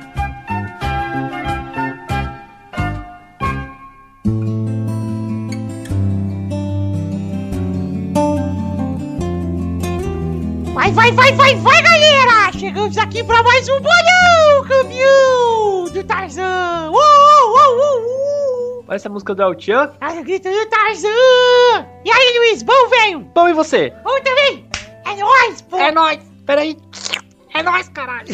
S7: Vai, vai, vai, vai, vai, galera! Chegamos aqui pra mais um bolão, campeão do Tarzan. Uh, uh, uh, uh, uh.
S3: Olha essa música do El Chan.
S7: Ai, o grito do Tarzan. E aí, Luiz, bom, velho?
S3: Bom, e você?
S7: Bom também? É nóis, pô!
S3: É nóis! Peraí!
S7: É nóis, caralho!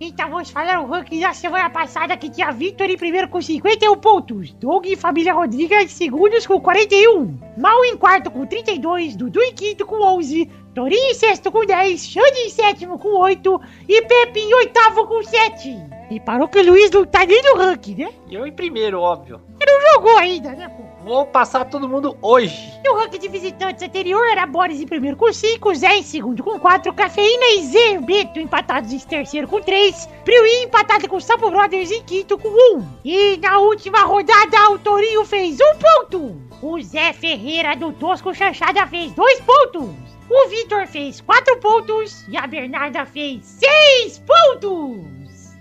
S7: então vamos falar o ranking da semana passada que tinha Victor em primeiro com 51 pontos, Doug e Família Rodrigues em segundos com 41, Mal em quarto com 32, Dudu em quinto com 11, Torinho em sexto com 10, Xande em sétimo com 8 e Pepe em oitavo com 7. E parou que o Luiz não tá nem no ranking, né?
S3: Eu em primeiro, óbvio.
S7: Não jogou ainda, né, pô?
S3: Vou passar todo mundo hoje.
S7: No ranking de visitantes anterior era Boris em primeiro com 5, Zé em segundo com 4, Cafeína e Zé Beto empatados em terceiro com 3, Priui empatado com Sapo Brothers em quinto com 1. Um. E na última rodada o Torinho fez 1 um ponto. O Zé Ferreira do Tosco Chanchada fez 2 pontos. O Vitor fez 4 pontos e a Bernarda fez 6 pontos.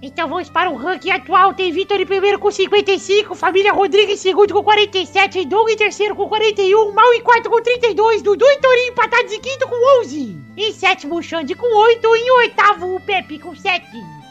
S7: Então vamos para o ranking atual. Tem Vitor em primeiro com 55, Família Rodrigues em segundo com 47, Doug em terceiro com 41, Mal em quarto com 32, Dudu e Torinho empatados em quinto com 11. Em sétimo, o Xande com 8, e em oitavo, o Pepe com 7.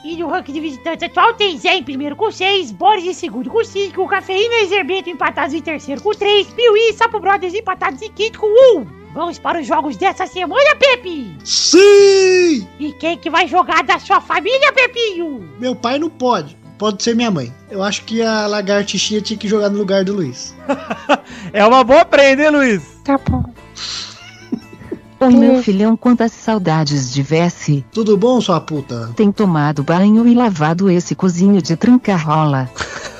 S7: E no ranking de visitantes atual tem Zé em primeiro com 6, Boris em segundo com 5, Cafeína e Zerbeto empatados em terceiro com 3, Piuí e Sapo Brothers empatados em quinto com 1. Vamos para os jogos dessa semana, Pepe!
S6: Sim!
S7: E quem que vai jogar da sua família, Pepinho?
S6: Meu pai não pode. Pode ser minha mãe. Eu acho que a lagartixinha tinha que jogar no lugar do Luiz.
S1: É uma boa prenda, hein, Luiz?
S7: Tá bom.
S8: Oi, meu filhão, quantas saudades de Vessi.
S6: Tudo bom, sua puta?
S8: Tem tomado banho e lavado esse cozinho de tranca-rola.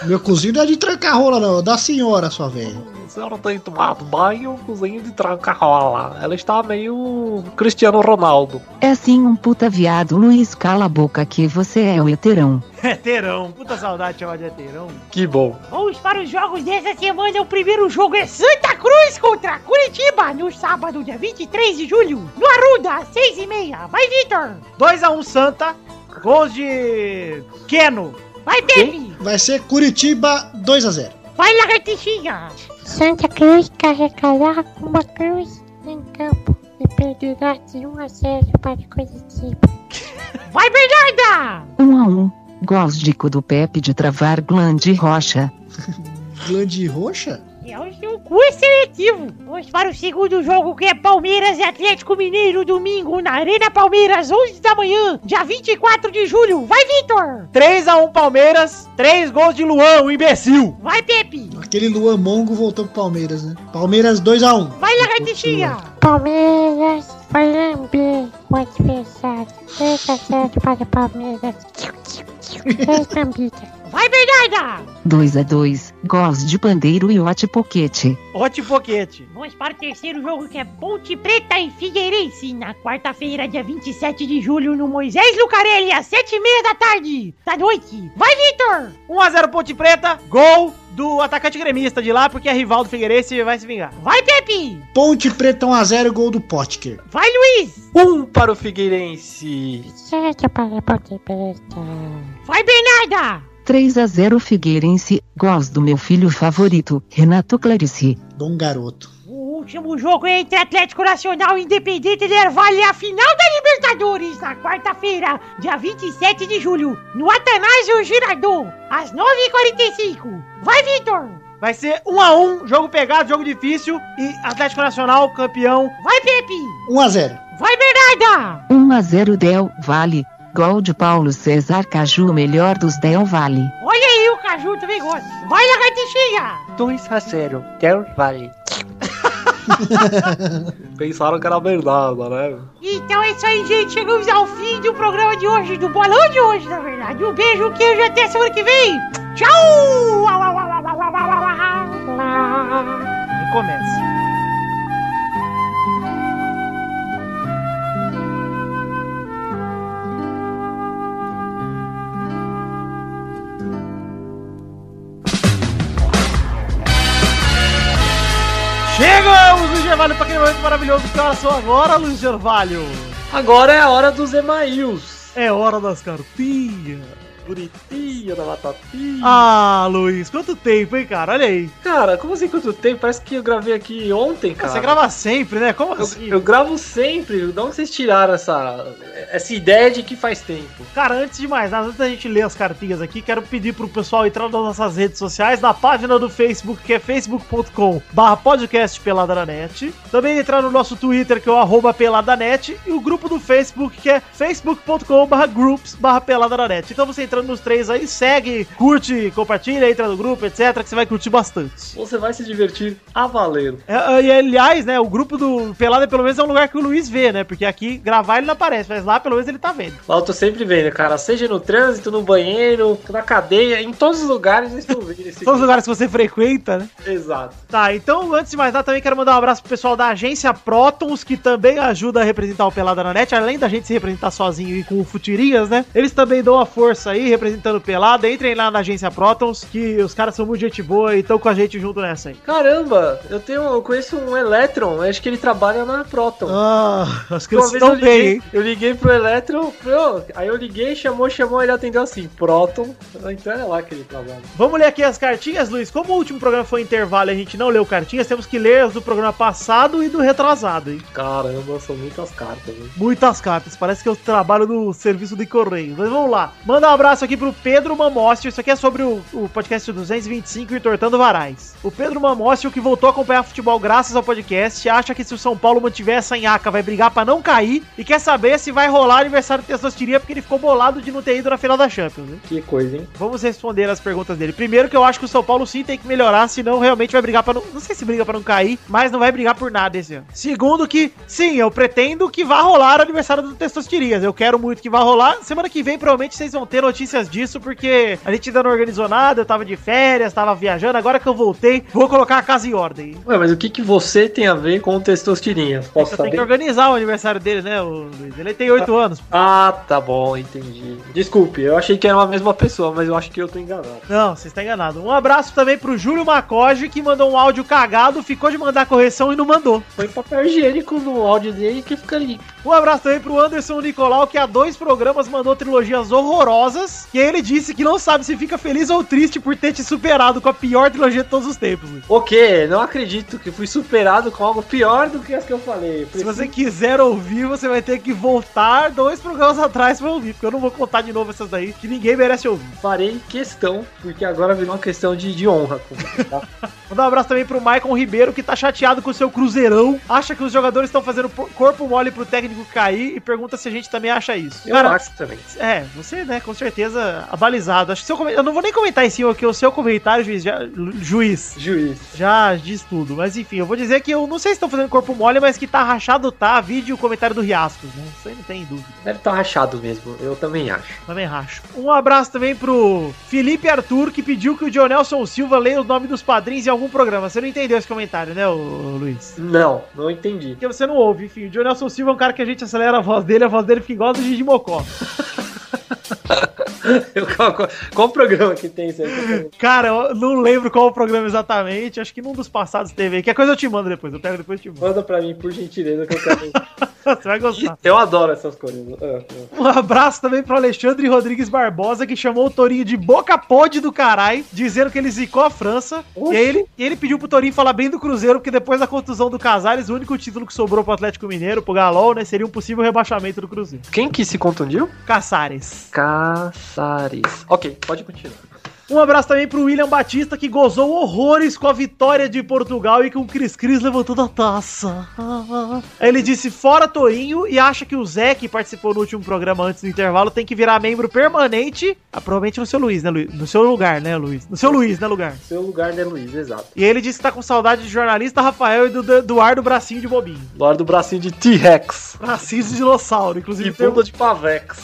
S6: Meu cozinho não é de trancar rola, não. É da senhora, sua velha.
S3: A senhora tem tomado banho, cozinho de tranca-rola. Ela está meio Cristiano Ronaldo.
S8: É sim um puta viado, Luiz. Cala a boca que você é o heterão.
S1: É terão. Puta saudade de chamar de heterão.
S3: Que bom.
S7: Vamos para os jogos dessa semana. O primeiro jogo é Santa Cruz contra Curitiba, no sábado, dia 23 de julho, no Arruda, às 6h30. Vai, Vitor!
S1: 2x1 Santa. Gols de Keno.
S7: Vai, Pepe!
S6: Vai ser Curitiba 2x0.
S7: Vai, Lagartixinha! Santa Cruz carregará uma cruz em campo e perderá de 1 a 0 para Curitiba. Vai, Bernarda!
S8: Um a um. Gols de cu do Pepe de travar glande rocha.
S6: Glande roxa?
S7: É o seu curso seletivo. Vamos para o segundo jogo que é Palmeiras e Atlético Mineiro, domingo, na Arena Palmeiras, 11 da manhã, dia 24 de julho. Vai, Vitor!
S1: 3x1 Palmeiras. 3 gols de Luan, o imbecil.
S7: Vai, Pepe!
S6: Aquele Luan Mongo voltou pro Palmeiras, né? Palmeiras 2x1.
S7: Vai, Lagartixinha! Palmeiras vai lamber o adversário. 3 a 0 para Palmeiras. Três lambidas. Vai, Bernarda!
S8: 2 a 2 Gols de pandeiro e hot pocket.
S1: Hot Poquete.
S7: Vamos para o terceiro jogo que é Ponte Preta e Figueirense. Na quarta-feira, dia 27 de julho, no Moisés
S1: Um
S7: Lucarelli, às 7h30 da tarde. Da noite. Vai, Vitor!
S1: 1x0 Ponte Preta. Gol do atacante gremista de lá, porque é rival do Figueirense e vai se vingar.
S7: Vai, Pepe!
S6: Ponte Preta 1x0, gol do Potker.
S7: Vai, Luiz!
S3: Um para o Figueirense.
S7: Vai, Bernarda!
S8: 3 a 0 Figueirense, gols do meu filho favorito, Renato Clarice.
S6: Bom um garoto.
S7: O último jogo é entre Atlético Nacional e Independente de Erval é a final da Libertadores, na quarta-feira, dia 27 de julho, no Atanásio Girardot, às 9h45. Vai, Vitor!
S1: Vai ser um a um, jogo pegado, jogo difícil e Atlético Nacional campeão.
S7: Vai, Pepe!
S6: 1x0.
S7: Vai, Bernarda!
S8: 1 a 0 Del Vale, gol de Paulo César Caju, melhor dos Del Vale.
S7: Olha aí o Caju também gosta. Vai, lagartixinha!
S3: 2
S1: Tá
S3: a 0 Del Vale. Pensaram que era Bernarda, né?
S7: Então é isso aí, gente. Chegamos ao fim do programa de hoje, do bolão de hoje, na verdade. Um beijo, um queijo e até semana que vem. Tchau! Au, au, au, au, au, au, au, au, au.
S1: E começa. Chegamos, Luiz Gervalho, para aquele momento maravilhoso que horas são agora, Luiz Gervalho.
S3: Agora é a hora dos Emails.
S2: É hora das cartinhas.
S3: Bonitinho da batatinha.
S2: Ah, Luiz, quanto tempo, hein, cara? Olha aí.
S3: Cara, como assim quanto tempo? Parece que eu gravei aqui ontem, cara.
S1: Você grava sempre, né? Como
S3: Eu,
S1: assim?
S3: eu gravo sempre. De onde vocês tiraram essa, essa ideia de que faz tempo?
S1: Cara, antes de mais nada, antes da gente ler as cartinhas aqui, quero pedir pro pessoal entrar nas nossas redes sociais, na página do Facebook, que é facebook.com barra podcast Peladranet. Também entrar no nosso Twitter, que é o arroba Peladanet, e o grupo do Facebook, que é facebook.com barra groups barra Peladranet. Então você entrando nos três aí, segue, curte, compartilha, entra no grupo, etc, que você vai curtir bastante.
S3: Você vai se divertir a valer.
S1: É, e aliás, né, o grupo do Pelada, pelo menos, é um lugar que o Luiz vê, né, porque aqui gravar ele não aparece, mas lá, pelo menos, ele tá vendo.
S3: Lá eu tô sempre vendo, cara. Seja no trânsito, no banheiro, na cadeia, em todos os lugares eu estou vendo esse
S1: Todos os lugares que você frequenta, né?
S3: Exato.
S1: Tá, então antes de mais nada, também quero mandar um abraço pro pessoal da agência Protons, que também ajuda a representar o Pelada na Net, além da gente se representar sozinho e com o Futirinhas, né? Eles também dão a força aí, representando o Pelada. Entrem lá na agência Protons, que os caras são muito gente boa e estão com a gente junto nessa aí.
S3: Caramba, eu tenho, eu conheço um Electron, acho que ele trabalha na Proton.
S2: Ah, acho que
S3: Uma
S2: eles
S3: vez
S2: estão
S3: eu liguei,
S2: bem, hein?
S3: eu liguei pro Electron, falei, "Ô", aí eu liguei, chamou, chamou, ele atendeu assim, Proton. Então é lá que ele trabalha.
S1: Vamos ler aqui as cartinhas, Luiz. Como o último programa foi um intervalo e a gente não leu cartinhas, temos que ler as do programa passado e do retrasado, hein?
S3: Caramba, são muitas cartas, hein?
S1: Muitas cartas, parece que eu trabalho no serviço de correio. Mas vamos lá. Manda um abraço aqui pro Pedro Mamócio. Isso aqui é sobre o, o podcast 225 e Tortando Varais. O Pedro Mamócio, que voltou a acompanhar futebol graças ao podcast, acha que se o São Paulo mantiver essa nhaca, vai brigar pra não cair e quer saber se vai rolar aniversário de Testosteria, porque ele ficou bolado de não ter ido na final da Champions. Né?
S3: Que coisa, hein?
S1: Vamos responder as perguntas dele. Primeiro, que eu acho que o São Paulo sim tem que melhorar, senão realmente vai brigar pra não. Não sei se briga pra não cair, mas não vai brigar por nada esse ano. Segundo, que sim, eu pretendo que vá rolar o aniversário do Testostirias. Eu quero muito que vá rolar. Semana que vem, provavelmente, vocês vão ter notícias disso, porque a gente ainda não organizou nada. Eu tava de férias, tava viajando. Agora que eu voltei, vou colocar a casa em ordem.
S3: Ué, mas o que, que você tem a ver com o Testosterinha? Posso
S1: Você tem que
S3: saber?
S1: organizar o aniversário dele, né, o Luiz? Ele tem oito anos.
S3: Ah, tá bom, entendi. Desculpe, eu achei que era a mesma pessoa, mas eu acho que eu tô enganado.
S1: Não, você está enganado. Um abraço também pro Júlio Macoge, que mandou um áudio cagado, ficou de mandar correção e não mandou.
S3: Foi papel higiênico no áudio dele que fica ali.
S1: Um abraço também pro Anderson Nicolau, que há dois programas mandou trilogias horrorosas. E aí ele disse que não sabe se fica feliz ou triste por ter te superado com a pior trilogia de todos os tempos. Luiz.
S3: O quê? Não acredito que fui superado com algo pior do que as que eu falei.
S1: Se você quiser ouvir, você vai ter que voltar dois programas atrás pra ouvir, porque eu não vou contar de novo essas daí, que ninguém merece ouvir.
S3: Farei questão, porque agora virou uma questão de, de honra. com você, tá?
S1: Mandar um abraço também pro Maicon Ribeiro, que tá chateado com o seu Cruzeirão, acha que os jogadores estão fazendo por- corpo mole pro técnico cair e pergunta se a gente também acha isso.
S3: eu acho também.
S1: É, você, né, com certeza abalizado. Acho que seu, come- eu não vou nem comentar em cima, porque o seu comentário, juiz, já, lu- juiz,
S3: Juiz.
S1: já diz tudo. Mas enfim, eu vou dizer que eu não sei se estão fazendo corpo mole, mas que tá rachado tá, vídeo e o comentário do Riascos, né? Isso aí não tem dúvida.
S3: Deve estar rachado mesmo, eu também acho.
S1: Também racho. Um abraço também pro Felipe Arthur, que pediu que o John Nelson Silva leia o nome dos padrinhos em algum programa. Você não entendeu esse comentário, né, ô- ô Luiz?
S3: Não, não entendi.
S1: Porque você não ouve, enfim. O John Nelson Silva é um cara que a gente acelera a voz dele, a voz dele fica igual a do Gigi Mocó.
S3: Eu, qual, qual- qual programa que tem isso aí?
S1: Cara, eu não lembro qual o programa exatamente. Acho que num dos passados teve aí. Que é coisa eu te mando depois. Eu pego depois e te mando.
S3: Manda pra mim, por gentileza, que eu quero.
S1: Você vai gostar.
S3: Eu adoro essas coisas. Ah,
S1: Um abraço também pro Alexandre Rodrigues Barbosa, que chamou o Torinho de boca pode do caralho, dizendo que ele zicou a França. E aí ele, e ele pediu pro Torinho falar bem do Cruzeiro, porque depois da contusão do Casares, o único título que sobrou pro Atlético Mineiro, pro Galol, né, seria um possível rebaixamento do Cruzeiro.
S3: ah. Quem que se contundiu?
S1: Caçares.
S3: Caçares. Ok, pode continuar.
S1: Um abraço também pro William Batista, que gozou horrores com a vitória de Portugal e com o Cris Cris levantando a taça. Ah. Ele disse fora Torinho e acha que o Zé, que participou no último programa antes do intervalo, tem que virar membro permanente. Ah, provavelmente no seu Luiz, né, Luiz? No seu lugar, né, Luiz? No seu Luiz, né, lugar?
S3: Seu lugar, né, Luiz? Exato.
S1: E ele disse que tá com saudade do jornalista Rafael e do do Eduardo Bracinho de Bobinho.
S3: Lugar do bracinho de T-Rex.
S1: Bracinho de dinossauro,
S3: E
S1: inclusive. tem um-
S3: bunda de Pavex.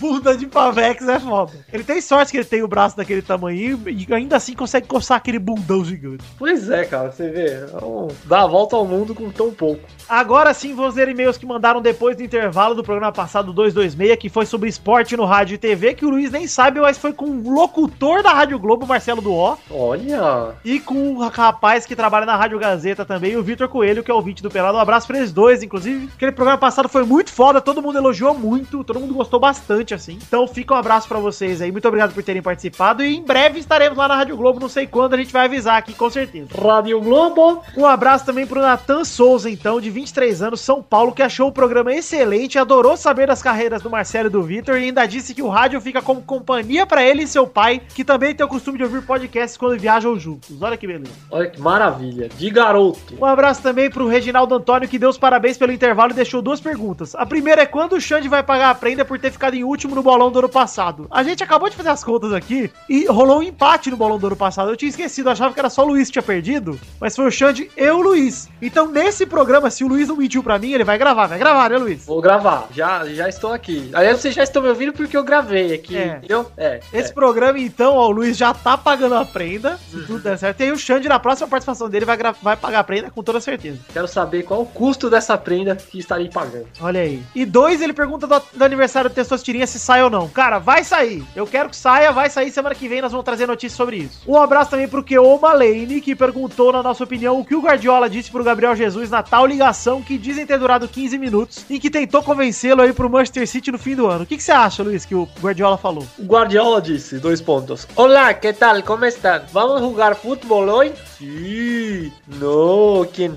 S1: Bunda de Pavex é foda. Ele tem sorte que ele tem o braço daquele tamanho e ainda assim consegue coçar aquele bundão gigante.
S3: Pois é, cara, você vê. é um- Dá a volta ao mundo com tão pouco.
S1: Agora sim, vamos ler e-mails que mandaram depois do intervalo do programa passado 226, que foi sobre esporte no rádio e TV, que o Luiz nem sabe, mas foi com o locutor da Rádio Globo, Marcelo Duó,
S3: Olha.
S1: e com o rapaz que trabalha na Rádio Gazeta também, o Vitor Coelho, que é ouvinte do Pelado. Um abraço pra eles dois, inclusive. Aquele programa passado foi muito foda, todo mundo elogiou muito, todo mundo gostou bastante, assim. Então fica um abraço pra vocês aí, muito obrigado por terem participado, e em breve estaremos lá na Rádio Globo, não sei quando, a gente vai avisar aqui, com certeza.
S3: Rádio Globo.
S1: Um abraço também pro Natan Souza, então, de 23 anos, São Paulo, que achou o programa excelente, adorou saber das carreiras do Marcelo e do Vitor e ainda disse que o rádio fica como companhia pra ele e seu pai, que também tem o costume de ouvir podcasts quando viajam juntos. Olha que beleza.
S3: Olha que maravilha. De garoto.
S1: Um abraço também pro Reginaldo Antônio, que deu os parabéns pelo intervalo e deixou duas perguntas. A primeira é quando o Xande vai pagar a prenda por ter ficado em último no bolão do ano passado. A gente acabou de fazer as contas aqui e rolou um empate no bolão do ano passado. Eu tinha esquecido, eu achava que era só o Luiz que tinha perdido, mas foi o Xande e o Luiz. Então nesse programa, se o Luiz não mentiu pra mim, ele vai gravar, vai gravar, né, Luiz?
S3: Vou gravar. Já, já estou aqui. Aliás, vocês já estão me ouvindo porque eu gravei aqui,
S1: É.
S3: entendeu? É.
S1: Esse programa, então, ó, o Luiz já tá pagando a prenda, se tudo der certo. E aí o Xande, na próxima participação dele, vai, gra- vai pagar a prenda com toda certeza.
S3: Quero saber qual o custo dessa prenda que estarei pagando.
S1: Olha aí. E dois, ele pergunta do, do aniversário do Testosterinha se sai ou não. Cara, vai sair. Eu quero que saia, vai sair semana que vem, nós vamos trazer notícias sobre isso. Um abraço também pro Keoma Lane, que perguntou, na nossa opinião, o que o Guardiola disse pro Gabriel Jesus na tal ligação que dizem ter durado 15 minutos e que tentou convencê-lo aí pro Manchester City no fim do ano. O que, que você acha, Luiz, que o Guardiola falou?
S3: O Guardiola disse, dois pontos. Olá, que tal? Como estão? Vamos jogar futebol hoje? Sim. Não, quem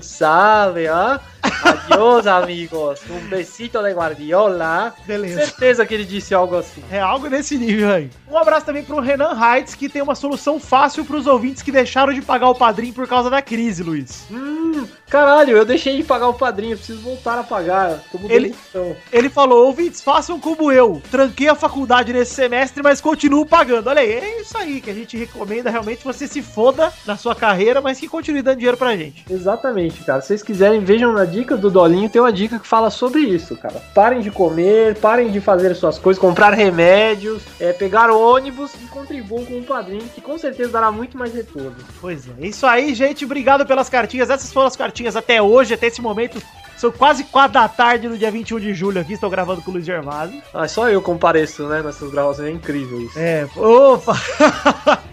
S3: sabe, ah? Adiós, amigos. Um besito de Guardiola.
S1: Beleza.
S3: Certeza que ele disse algo assim.
S1: É algo nesse nível aí. Um abraço também pro Renan Heitz, que tem uma solução fácil pros ouvintes que deixaram de pagar o padrinho por causa da crise, Luiz.
S3: Hum, caralho, eu deixei de pagar o padrinho, eu preciso voltar a pagar. então. Tô mudando
S1: Ele-
S3: de opção.
S1: Ele falou: ouvintes, façam como eu. Tranquei a faculdade nesse semestre, mas continuo pagando. Olha aí, é isso aí que a gente recomenda realmente você se foda na sua carreira, mas que continue dando dinheiro pra gente.
S3: Exatamente, cara. Se vocês quiserem, vejam na dica do Dolinho, tem uma dica que fala sobre isso, cara. Parem de comer, parem de fazer suas coisas, comprar remédios, é, pegar ônibus e contribuam com o padrinho, que com certeza dará muito mais retorno.
S1: Pois é, é isso aí, gente. Obrigado pelas cartinhas. Essas foram as cartinhas até hoje, até esse momento. São quase quatro da tarde no dia 21 de julho aqui. Estou gravando com o Luiz Gervásio.
S3: Ah, só eu compareço, né, nessas gravações, é incrível isso.
S1: É, opa!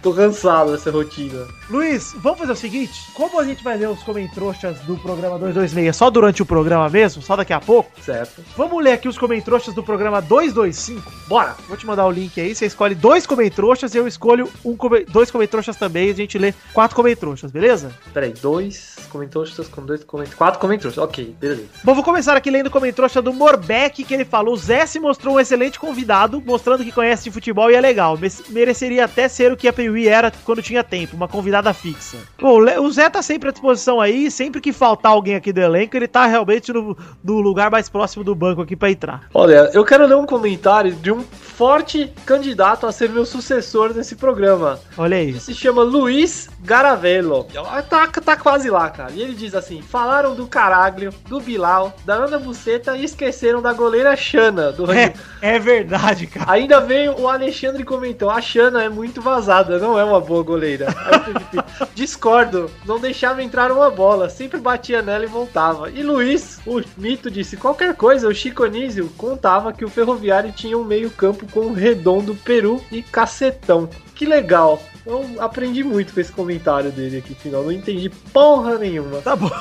S3: Tô cansado dessa rotina.
S1: Luiz, vamos fazer o seguinte? Como a gente vai ler os comentroxas do programa 226 só durante o programa mesmo, só daqui a pouco,
S3: Certo.
S1: vamos ler aqui os comentroxas do programa 225.
S3: Bora!
S1: Vou te mandar o link aí, você escolhe dois comentroxas e eu escolho um come- dois comentroxas também e a gente lê quatro comentroxas, beleza?
S3: Peraí, dois comentários com dois comentários. Quatro comentários, ok, beleza.
S1: Bom, vou começar aqui lendo o comentroxa do Morbeck, que ele falou: o Zé se mostrou um excelente convidado, mostrando que conhece de futebol e é legal. Mes- Mereceria até ser o que a Piuí era quando tinha tempo, uma convidada fixa. Bom, o Le- o Zé tá sempre à disposição aí, sempre que faltar alguém aqui do elenco, ele tá realmente no, no lugar mais próximo do banco aqui pra entrar.
S3: Olha, eu quero ler um comentário de um forte candidato a ser meu sucessor nesse programa.
S1: Olha aí.
S3: Ele se chama Ah, Luiz Garavello. Tá, tá quase lá, cara. E ele diz assim: falaram do Caraglio, do Bilal, da Ana Buceta e esqueceram da goleira Xana do
S1: É,
S3: Red
S1: é verdade, cara.
S3: Ainda veio o Alexandre e comentou: a Xana é muito vazada, não é uma boa goleira. Aí eu falei, Discordo, não deixava entrar uma bola, sempre batia nela e voltava. E Luiz, o mito, disse: qualquer coisa, o Chico Anísio contava que o Ferroviário tinha um meio-campo com Redondo, Peru e Cacetão. Que legal. Eu aprendi muito com esse comentário dele aqui, final. Não entendi porra nenhuma.
S1: Tá bom.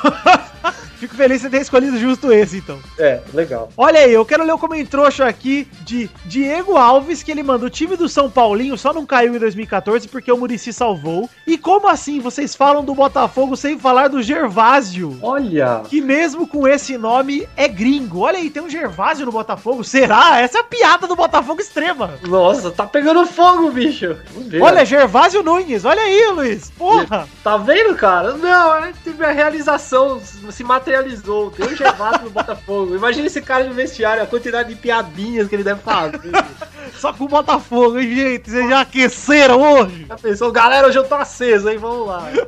S1: Fico feliz de ter escolhido justo esse, então.
S3: É, legal.
S1: Olha aí, eu quero ler o comentário aqui de Diego Alves, que ele manda o time do São Paulinho só não caiu em 2014 porque o Murici salvou. E como assim vocês falam do Botafogo sem falar do Gervásio?
S3: Olha.
S1: Que mesmo com esse nome é gringo. Olha aí, tem um Gervásio no Botafogo. Será? Essa é a piada do Botafogo extrema.
S3: Nossa, tá pegando fogo, bicho. Fudeu.
S1: Olha, Gervásio Nunes. Olha aí, Luiz. Porra.
S3: Tá vendo, cara? Não, é, teve a realização, se materializou. Tem um Gervásio no Botafogo. Imagina esse cara no vestiário, a quantidade de piadinhas que ele deve fazer.
S1: Só com o Botafogo, hein, gente? Vocês já aqueceram hoje?
S3: Já pensou, galera, hoje eu tô aceso, hein? Vamos lá. Hoje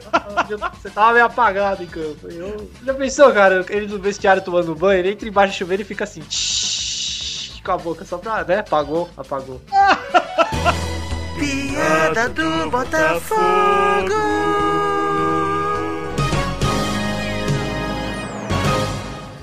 S3: eu- Você tava meio apagado em campo. Eu... Já pensou, cara, ele no vestiário tomando banho, ele entra embaixo do chuveiro e fica assim... tsh, Com a boca só pra, né? Apagou, apagou.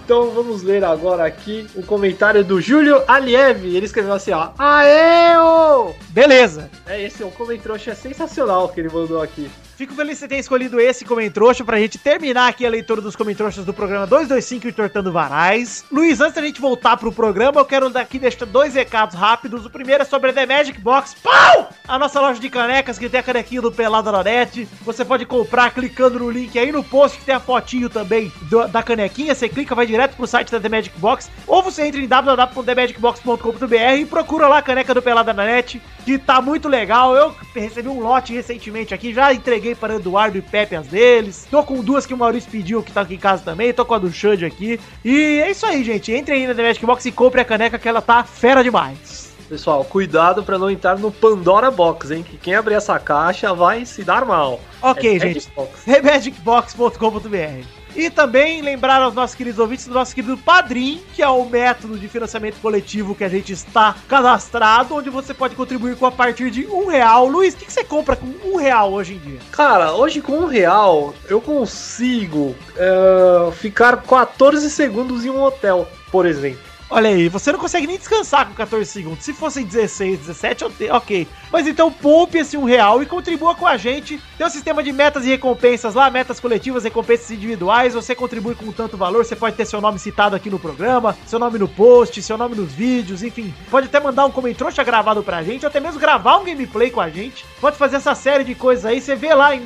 S3: Então vamos ler agora aqui o comentário do Júlio Aliev. Ele escreveu assim, ó. Aê, ô!
S1: Beleza.
S3: É, esse é um comentrouxa sensacional que ele mandou aqui.
S1: Fico feliz que você tenha escolhido esse comentrouxa pra gente terminar aqui a leitura dos comentroxas do programa 225 e Tortando Varais. Luiz, antes da gente voltar pro programa, eu quero daqui deixar dois recados rápidos. O primeiro é sobre a The Magic Box. Pau! A nossa loja de canecas que tem a canequinha do Pelada na Net. Você pode comprar clicando no link aí no post que tem a fotinho também do- da canequinha. Você clica, vai direto pro site da The Magic Box. Ou você entra em www.themagicbox.com.br e procura lá a caneca do Pelada na Net, que tá muito legal. Eu recebi um lote recentemente aqui, já entreguei para Eduardo e Pepe as deles. Tô com duas que o Maurício pediu, que tá aqui em casa também. Tô com a do Xande aqui. E é isso aí, gente. Entre aí na The Magic Box e compre a caneca que ela tá fera demais.
S3: Pessoal, cuidado pra não entrar no Pandora Box, hein? Que quem abrir essa caixa vai se dar mal.
S1: Ok,
S3: É
S1: gente.
S3: Xbox.
S1: TheMagicBox.com.br. E também lembrar aos nossos queridos ouvintes do nosso querido Padrim, que é o método de financiamento coletivo que a gente está cadastrado, onde você pode contribuir com a partir de um real. Luiz, o que, que você compra com um real hoje em dia?
S3: Cara, hoje com um real eu consigo eh, ficar 14 segundos em um hotel, por exemplo.
S1: Olha aí, você não consegue nem descansar com 14 segundos. Se fossem 16, 17, eu te- ok. Mas então poupe esse um real e contribua com a gente. Tem um sistema de metas e recompensas lá, metas coletivas, recompensas individuais. Você contribui com tanto valor, você pode ter seu nome citado aqui no programa, seu nome no post, seu nome nos vídeos, enfim. Pode até mandar um comentrouxa gravado pra gente, ou até mesmo gravar um gameplay com a gente. Pode fazer essa série de coisas aí. Você vê lá em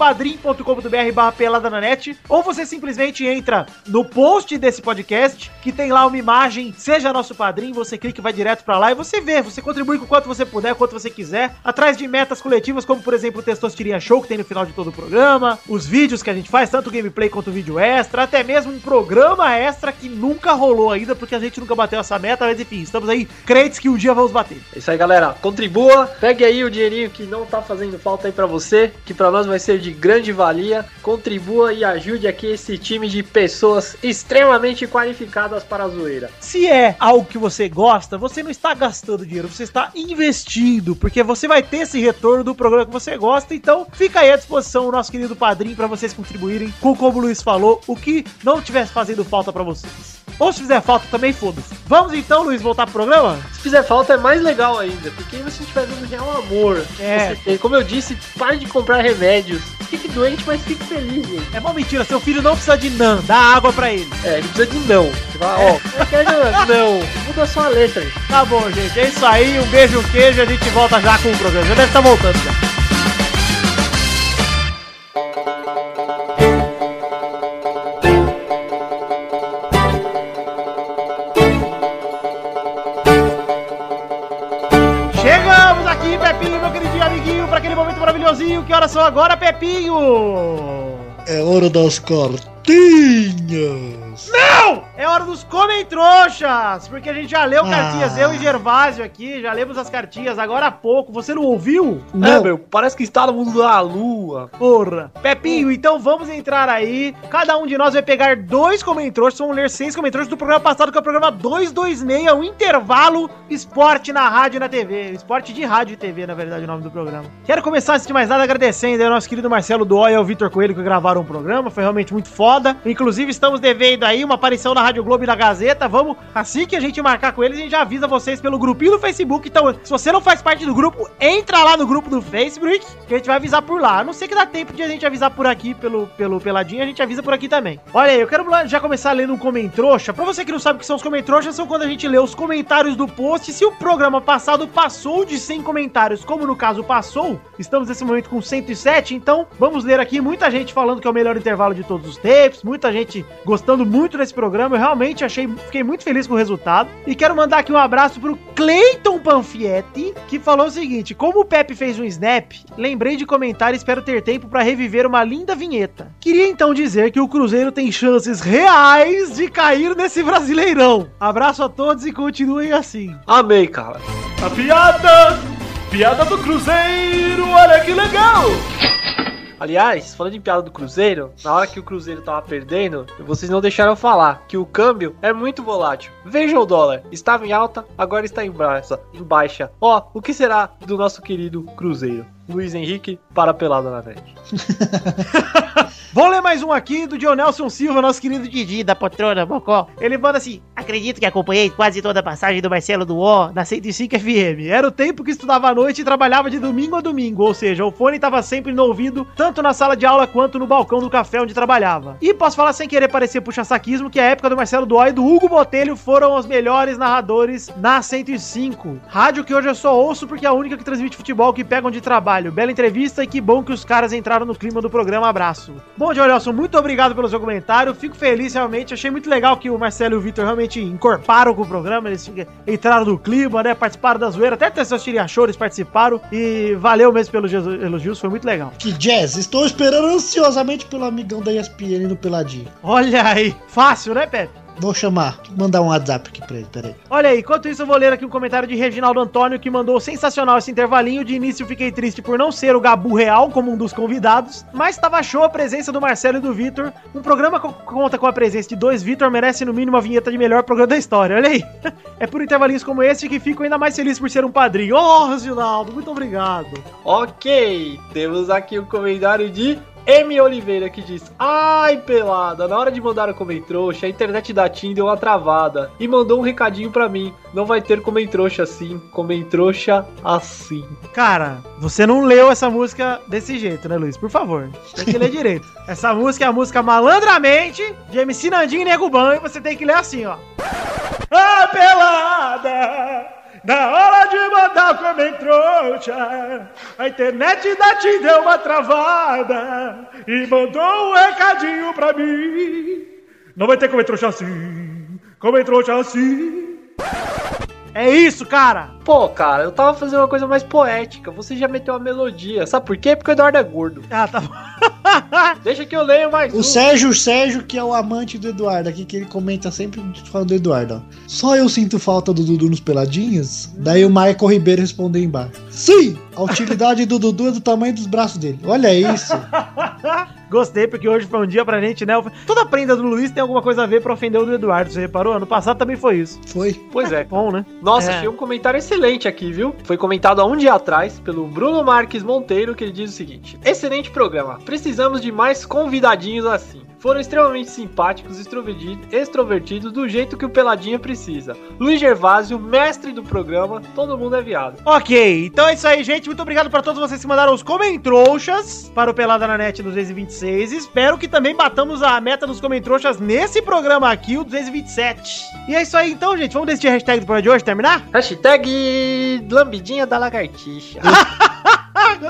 S1: www.padrim.com.br barra pelada na net, ou você simplesmente entra no post desse podcast, que tem lá uma imagem, seja nosso padrinho, você clica e vai direto pra lá e você vê, você contribui com o quanto você puder, quanto você quiser, atrás de metas coletivas, como por exemplo o Testostirinha Show, que tem no final de todo o programa, os vídeos que a gente faz, tanto gameplay quanto vídeo extra, até mesmo um programa extra que nunca rolou ainda, porque a gente nunca bateu essa meta, mas enfim, estamos aí crentes que um dia vamos bater.
S3: É isso aí, galera. Contribua, pegue aí o dinheirinho que não tá fazendo falta aí pra você, que pra nós vai ser de grande valia. Contribua e ajude aqui esse time de pessoas extremamente qualificadas para a zoeira.
S1: Se é algo que você gosta, você não está gastando dinheiro, você está investindo, porque você vai ter esse retorno do programa que você gosta. Então, fica aí à disposição o nosso querido padrinho para vocês contribuírem com como o Luiz falou, o que não estivesse fazendo falta para vocês. Ou se fizer falta também, foda-se. Vamos então, Luiz, voltar pro programa?
S3: Se fizer falta é mais legal ainda, porque aí você estiver dando real amor.
S1: É.
S3: Você tem. Como eu disse, pare de comprar remédios. Fique doente, mas fique feliz, gente.
S1: É uma mentira, seu filho não precisa de nan, dá água para ele.
S3: É, ele precisa de não. Você fala, ó, não quer não, não. Muda só a letra, gente.
S1: Tá bom, gente, é isso aí. Um beijo, um queijo, a gente volta já com o programa. Já deve estar voltando já. Chegamos aqui, Pepinho, meu queridinho amiguinho, para aquele momento maravilhosinho. Que horas são agora, Pepinho?
S6: É hora das cartinhas.
S1: Não! É hora hora dos Comentroxas, porque a gente já leu
S6: Ah.
S1: cartinhas, eu e Gervásio aqui, já lemos as cartinhas agora há pouco. Você não ouviu?
S3: É,
S6: Não,
S3: meu, parece que está no mundo da lua.
S1: Porra. Pepinho, então vamos entrar aí. Cada um de nós vai pegar dois comentroxas, vamos ler seis comentroxas do programa passado, que é o programa 226, o é um intervalo esporte na rádio e na TV. Esporte de rádio e TV, na verdade, é o nome do programa. Quero começar, antes de mais nada, agradecendo aí ao nosso querido Marcelo Dói e ao Vitor Coelho que gravaram o programa, foi realmente muito foda. Inclusive, estamos devendo aí uma aparição na Rádio Globo e na Gazeta. Vamos, assim que a gente marcar com eles, a gente já avisa vocês pelo grupinho do Facebook. Então, se você não faz parte do grupo, entra lá no grupo do Facebook, que a gente vai avisar por lá. A não ser que dá tempo de a gente avisar por aqui, pelo, pelo Peladinho, a gente avisa por aqui também. Olha aí, eu quero já começar lendo um comentroxa. Pra você que não sabe o que são os comentroxas, são quando a gente lê os comentários do post. Se o programa passado passou de 100 comentários, como no caso passou, estamos nesse momento com 107, então vamos ler aqui muita gente falando que é o melhor intervalo de todos os tempos, muita gente gostando muito desse programa. Eu realmente achei, fiquei muito feliz com o resultado. E quero mandar aqui um abraço pro Cleiton Panfietti, que falou o seguinte: como o Pepe fez um snap, lembrei de comentar e espero ter tempo pra reviver uma linda vinheta. Queria então dizer que o Cruzeiro tem chances reais de cair nesse brasileirão. Abraço a todos e continuem assim.
S3: Amei, cara.
S1: A piada! Piada do Cruzeiro, olha que legal!
S3: Aliás, falando de piada do Cruzeiro, na hora que o Cruzeiro tava perdendo, vocês não deixaram eu falar que o câmbio é muito volátil. Veja o dólar, estava em alta, agora está em, braça, em baixa. Ó, o que será do nosso querido Cruzeiro? Luiz Henrique para a pelada na net.
S1: Vou ler mais um aqui do Dionelson Silva, nosso querido Didi, da Patrona Mocó. Ele manda assim: Acredito que acompanhei quase toda a passagem do Marcelo Duó na 105 FM. Era o tempo que estudava à noite e trabalhava de domingo a domingo, ou seja, o fone estava sempre no ouvido, tanto na sala de aula quanto no balcão do café onde trabalhava. E posso falar sem querer parecer puxa-saquismo que a época do Marcelo Duó e do Hugo Botelho foram os melhores narradores na 105. Rádio que hoje eu só ouço porque é a única que transmite futebol que pegam de trabalho. Bela entrevista e que bom que os caras entraram no clima do programa. Abraço. Bom, John Nelson, muito obrigado pelo seu comentário. Fico feliz realmente. Achei muito legal que o Marcelo e o Vitor realmente encorparam com o programa. Eles fica- entraram no clima, né? Participaram da zoeira. Até seus tiriachores participaram. E valeu mesmo pelos jesu- elogios. Foi muito legal.
S6: que jazz. Estou esperando ansiosamente pelo amigão da ESPN do Peladinho.
S1: Olha aí. Fácil, né, Pepe?
S6: Vou chamar, mandar um WhatsApp aqui pra ele, peraí.
S1: Olha aí, enquanto isso eu vou ler aqui um comentário de Reginaldo Antônio que mandou sensacional esse intervalinho. De início eu fiquei triste por não ser o Gabu Real como um dos convidados, mas tava show a presença do Marcelo e do Vitor. Um programa que conta com a presença de dois Vitor merece no mínimo a vinheta de melhor programa da história. Olha aí. É por intervalinhos como esse que fico ainda mais feliz por ser um padrinho. Ô, oh, Reginaldo, muito obrigado.
S3: Ok, temos aqui o comentário de M. Oliveira que diz: Ai, pelada, na hora de mandar o comentrouxa, a internet da TIM deu uma travada e mandou um recadinho pra mim. Não vai ter comentrouxa assim, comentrouxa assim.
S1: Cara, você não leu essa música desse jeito, né, Luiz? Por favor, tem que ler direito. Essa música é a música Malandramente, de MC Nandinho e Nego Ban, e você tem que ler assim, ó. A pelada, na hora de mandar como em trouxa, a internet da te deu uma travada e mandou um recadinho pra mim. Não vai ter como em trouxa assim, como em trouxa assim. É isso, cara.
S3: Pô, cara, eu tava fazendo uma coisa mais poética. Você já meteu uma melodia. Sabe por quê? Porque o Eduardo é gordo.
S1: Ah, tá bom.
S3: Deixa que eu leio mais um.
S6: O Sérgio, o Sérgio, que é o amante do Eduardo aqui, que ele comenta sempre falando do Eduardo, ó. Só eu sinto falta do Dudu nos peladinhos? Daí o Michael Ribeiro respondeu embaixo. Sim! A utilidade do Dudu é do tamanho dos braços dele. Olha isso!
S1: Gostei, porque hoje foi um dia pra gente, né? Toda prenda do Luiz tem alguma coisa a ver pra ofender o do Eduardo, você reparou? Ano passado também foi isso.
S6: Foi.
S3: Pois é.
S1: Bom, né?
S3: Nossa,
S1: É.
S3: achei um comentário excelente aqui, viu? Foi comentado há um dia atrás pelo Bruno Marques Monteiro, que ele diz o seguinte: Excelente programa. Precisamos de mais convidadinhos assim. Foram extremamente simpáticos, extroverti- extrovertidos, do jeito que o Peladinha precisa. Luiz Gervásio, mestre do programa, todo mundo é viado.
S1: Ok, então é isso aí, gente. Muito obrigado pra todos vocês que mandaram os comentrouxas para o Pelada na Net 226. Espero que também batamos a meta dos comentrouxas nesse programa aqui, o 227. E é isso aí, então, gente. Vamos decidir a hashtag do programa de hoje, terminar?
S3: Hashtag Lambidinha da Lagartixa.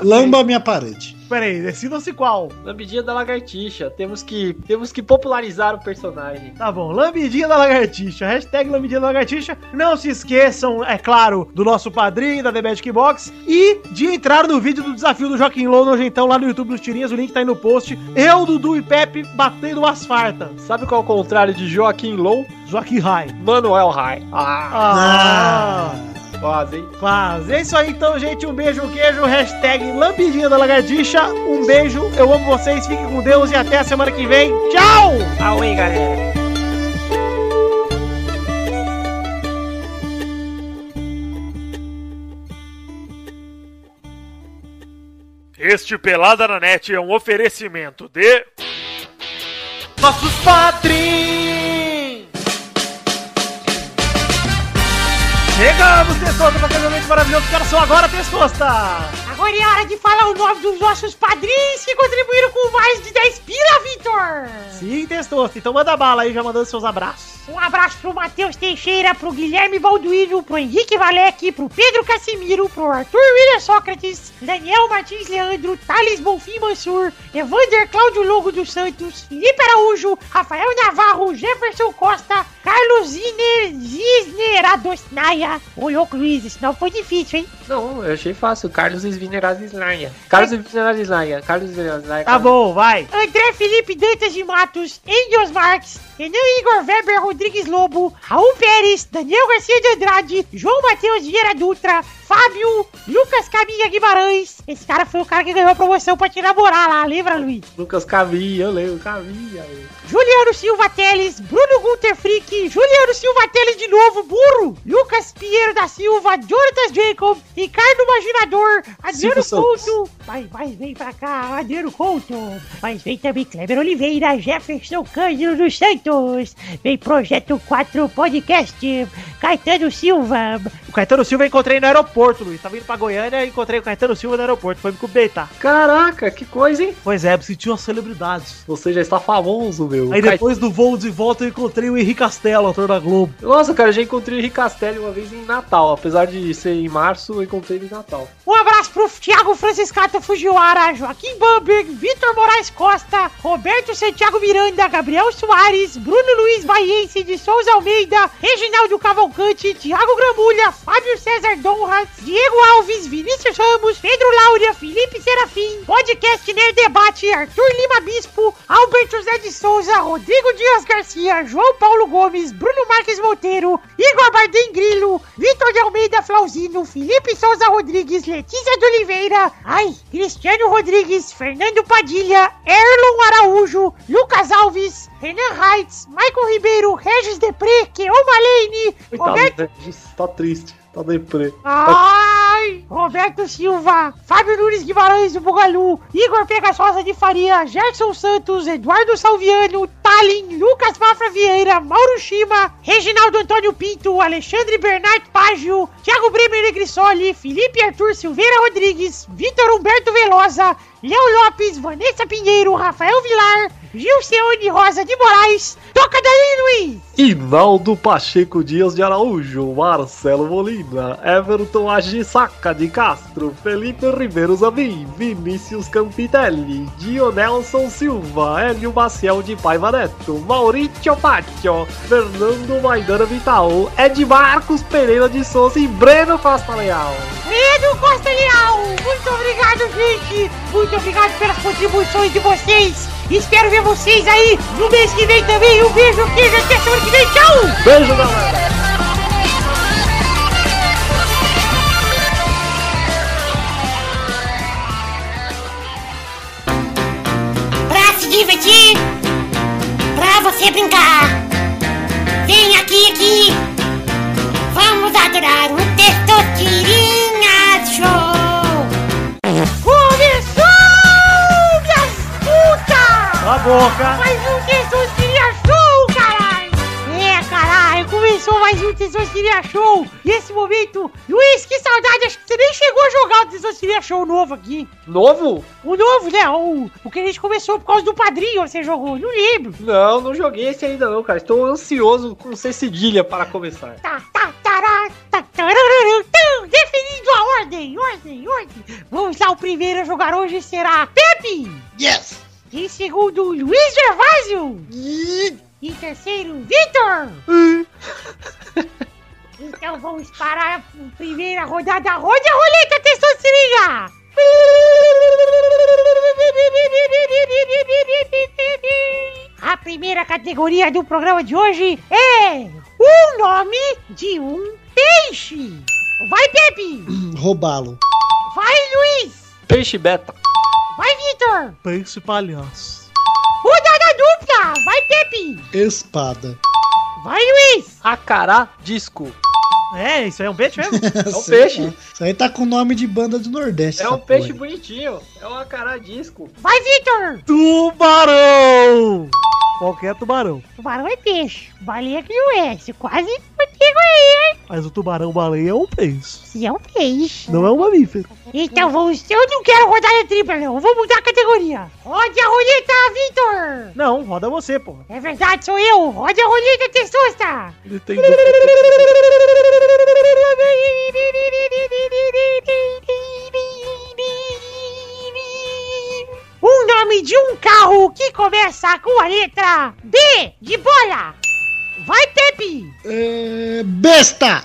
S6: Lamba a minha parede.
S1: Peraí, decidam-se qual.
S3: Lambidinha da lagartixa. Temos que, temos que popularizar o personagem.
S1: Tá bom, Lambidinha da Lagartixa. Hashtag Lambidinha da Lagartixa. Não se esqueçam, é claro, do nosso padrinho, da The Magic Box. E de entrar no vídeo do desafio do Joaquim Low Nojentão lá no YouTube dos Tirinhas. O link tá aí no post. Eu, Dudu e Pepe batendo umas fartas.
S3: Sabe qual é o contrário de Joaquim Low?
S1: Joaquim Rai.
S3: Manuel High. Ah,
S1: Ah,
S3: quase, hein?
S1: quase. É isso aí então, gente. Um beijo, um queijo. Hashtag Lambidinha da Lagartixa. Um beijo. Eu amo vocês. Fiquem com Deus e até a semana que vem. Tchau!
S3: Auei, galera.
S9: Este Pelada na Net é um oferecimento de.
S1: Nossos patrins! Chegamos, Testosta, pra casamento maravilhoso. Quero só agora, Testosta!
S7: Agora é hora de falar o nome dos nossos padrinhos que contribuíram com mais de 10 pila, Vitor!
S1: Sim, Testosta. Então manda bala aí, já mandando seus abraços.
S7: Um abraço pro Matheus Teixeira, pro Guilherme Balduíno, pro Henrique Valek, pro Pedro Casimiro, pro Arthur William Sócrates, Daniel Martins Leandro, Thales Bonfim Mansur, Evander Cláudio Longo dos Santos, Felipe Araújo, Rafael Navarro, Jefferson Costa, Carlos Ziner, Zisner Adosnaia. Ô, louco, Luiz, isso não foi difícil, hein?
S3: Não, eu achei fácil. Carlos Svineraz Slanha. Carlos Svineraz Slanha. Carlos Svineraz Slanha.
S1: Tá bom, vai.
S7: André Felipe Dantas de Matos, Engels Marques, Renan Igor Weber Rodrigues Lobo, Raul Pérez, Daniel Garcia de Andrade, João Matheus Vieira Dutra, Fábio, Lucas Caminha Guimarães. Esse cara foi o cara que ganhou a promoção pra te namorar lá, lembra, Luiz?
S3: Lucas Caminha, eu lembro. Caminha.
S7: Juliano Silva Teles, Bruno Gunter Frick, Juliano Silva Teles de novo, burro! Lucas Pinheiro da Silva, Jonathan Jacob, Ricardo Imaginador, Adriano
S3: Silva Santos.
S7: Couto, mas, mas vem pra cá, Adriano Couto, mas vem também Kleber Oliveira, Jefferson Cândido dos Santos, vem Projeto 4 Podcast, Caetano Silva,
S1: O Caetano Silva eu encontrei no aeroporto, Luiz. Tava indo pra Goiânia e encontrei o Caetano Silva no aeroporto. Foi me cumprimentar.
S3: Caraca, que coisa, hein?
S1: Pois é, eu senti umas celebridades.
S3: Você já está famoso, meu.
S1: Aí
S3: Cai-
S1: depois do voo de volta eu encontrei o Henrique Castelo, ator da Globo.
S3: Nossa, cara, eu já encontrei o Henrique Castelli uma vez em Natal. Apesar de ser em março, eu encontrei ele em Natal.
S7: Um abraço pro Thiago Franciscato Fujiwara, Joaquim Bamberg, Vitor Moraes Costa, Roberto Santiago Miranda, Gabriel Soares, Bruno Luiz Baiense de Souza Almeida, Reginaldo Cavalcante, Thiago Gramulha, Fábio César Donras, Diego Alves, Vinícius Ramos, Pedro Laura, Felipe Serafim, Podcast Nerd Debate, Arthur Lima Bispo, Alberto José de Souza, Rodrigo Dias Garcia, João Paulo Gomes, Bruno Marques Monteiro, Igor Bardem Grilo, Vitor de Almeida Flauzino, Felipe Souza Rodrigues, Letícia de Oliveira, ai, Cristiano Rodrigues, Fernando Padilha, Erlon Araújo, Lucas Alves, Renan Heitz, Maicon Ribeiro, Regis Depre, Keoma Lane, Roberto
S3: Coitado, né? Ixi, tá triste. Tá deprê.
S7: Ai! Roberto Silva, Fábio Nunes Guimarães do Bugalu, Igor Pegasosa de Faria, Gerson Santos, Eduardo Salviano, Talin, Lucas Mafra Vieira, Mauro Shima, Reginaldo Antônio Pinto, Alexandre Bernardo Págio, Thiago Bremer Negrissoli, Felipe Arthur Silveira Rodrigues, Vitor Humberto Velosa, Léo Lopes, Vanessa Pinheiro, Rafael Vilar, Gilceone Rosa de Moraes. Toca daí, Luiz!
S3: Inaldo Pacheco Dias de Araújo, Marcelo Molina, Everton Agissaca de Castro, Felipe Ribeiro Zamin, Vinícius Campitelli, Dionelson Silva, Hélio Maciel de Paiva Neto, Maurício Pátio, Fernando Maidana Vital, Ed Marcos Pereira de Souza e Breno Costa Leal.
S7: Edu Costa Leal, muito obrigado, gente. Muito obrigado pelas contribuições de vocês. Espero ver vocês aí no mês que vem também. Um beijo, queijo, até semana que vem. Tchau!
S3: Beijo, galera!
S10: pra se divertir, pra você brincar. Vem aqui, aqui, vamos adorar o Testosterinhas Show.
S7: Começou, minhas putas!
S1: Cala a boca!
S7: Mais um Testosterinha Show, caralho! É, caralho, começou mais um Testosterinha Show. Nesse momento, Luiz, que saudade. Acho que você nem chegou a jogar o Testosterinha Show novo aqui.
S3: Novo?
S7: O novo, né? O, o que a gente começou por causa do padrinho, você jogou. Não lembro.
S3: Não, não joguei esse ainda não, cara. Estou ansioso com ser cedilha para começar.
S7: tá, tá, tará, tá, tarararã, tão, definindo a Ordem, ordem, ordem. Vamos lá, o primeiro a jogar hoje será Pepe.
S6: Yes!
S7: Em segundo, Luiz Gervásio. Em terceiro, Vitor. Então vamos para a primeira rodada. Roda a roleta, Testosterinha! A primeira categoria do programa de hoje é o nome de um peixe. Vai, Pepe!
S6: Roubá-lo.
S7: Vai, Luiz!
S3: Peixe beta.
S7: Vai, Vitor!
S2: Peixe palhaço.
S7: Rodada dupla! Vai, Pepe!
S6: Espada.
S7: Vai, Luiz!
S3: Acará disco.
S1: É, isso aí é um peixe mesmo?
S3: É um peixe.
S6: Isso aí tá com nome de banda do Nordeste.
S3: É um
S6: essa
S3: peixe
S6: porra.
S3: bonitinho. É um acará disco.
S7: Vai, Vitor!
S2: Tubarão! Qualquer tubarão.
S7: Tubarão é peixe. Baleia que não é. Você quase pego aí, hein?
S2: Mas o tubarão baleia é um peixe.
S7: Se é um peixe.
S2: Não é um mamífero.
S7: Então vamos. Eu não quero rodar a tripla, não. Eu Vou mudar a categoria. Rode a roleta, Vitor!
S1: Não, roda você, pô.
S7: É verdade, sou eu. Rode a roleta, testosta!
S2: Ele tem do...
S7: O nome de um carro que começa com a letra B de bola. Vai, Pepe.
S6: É... Besta!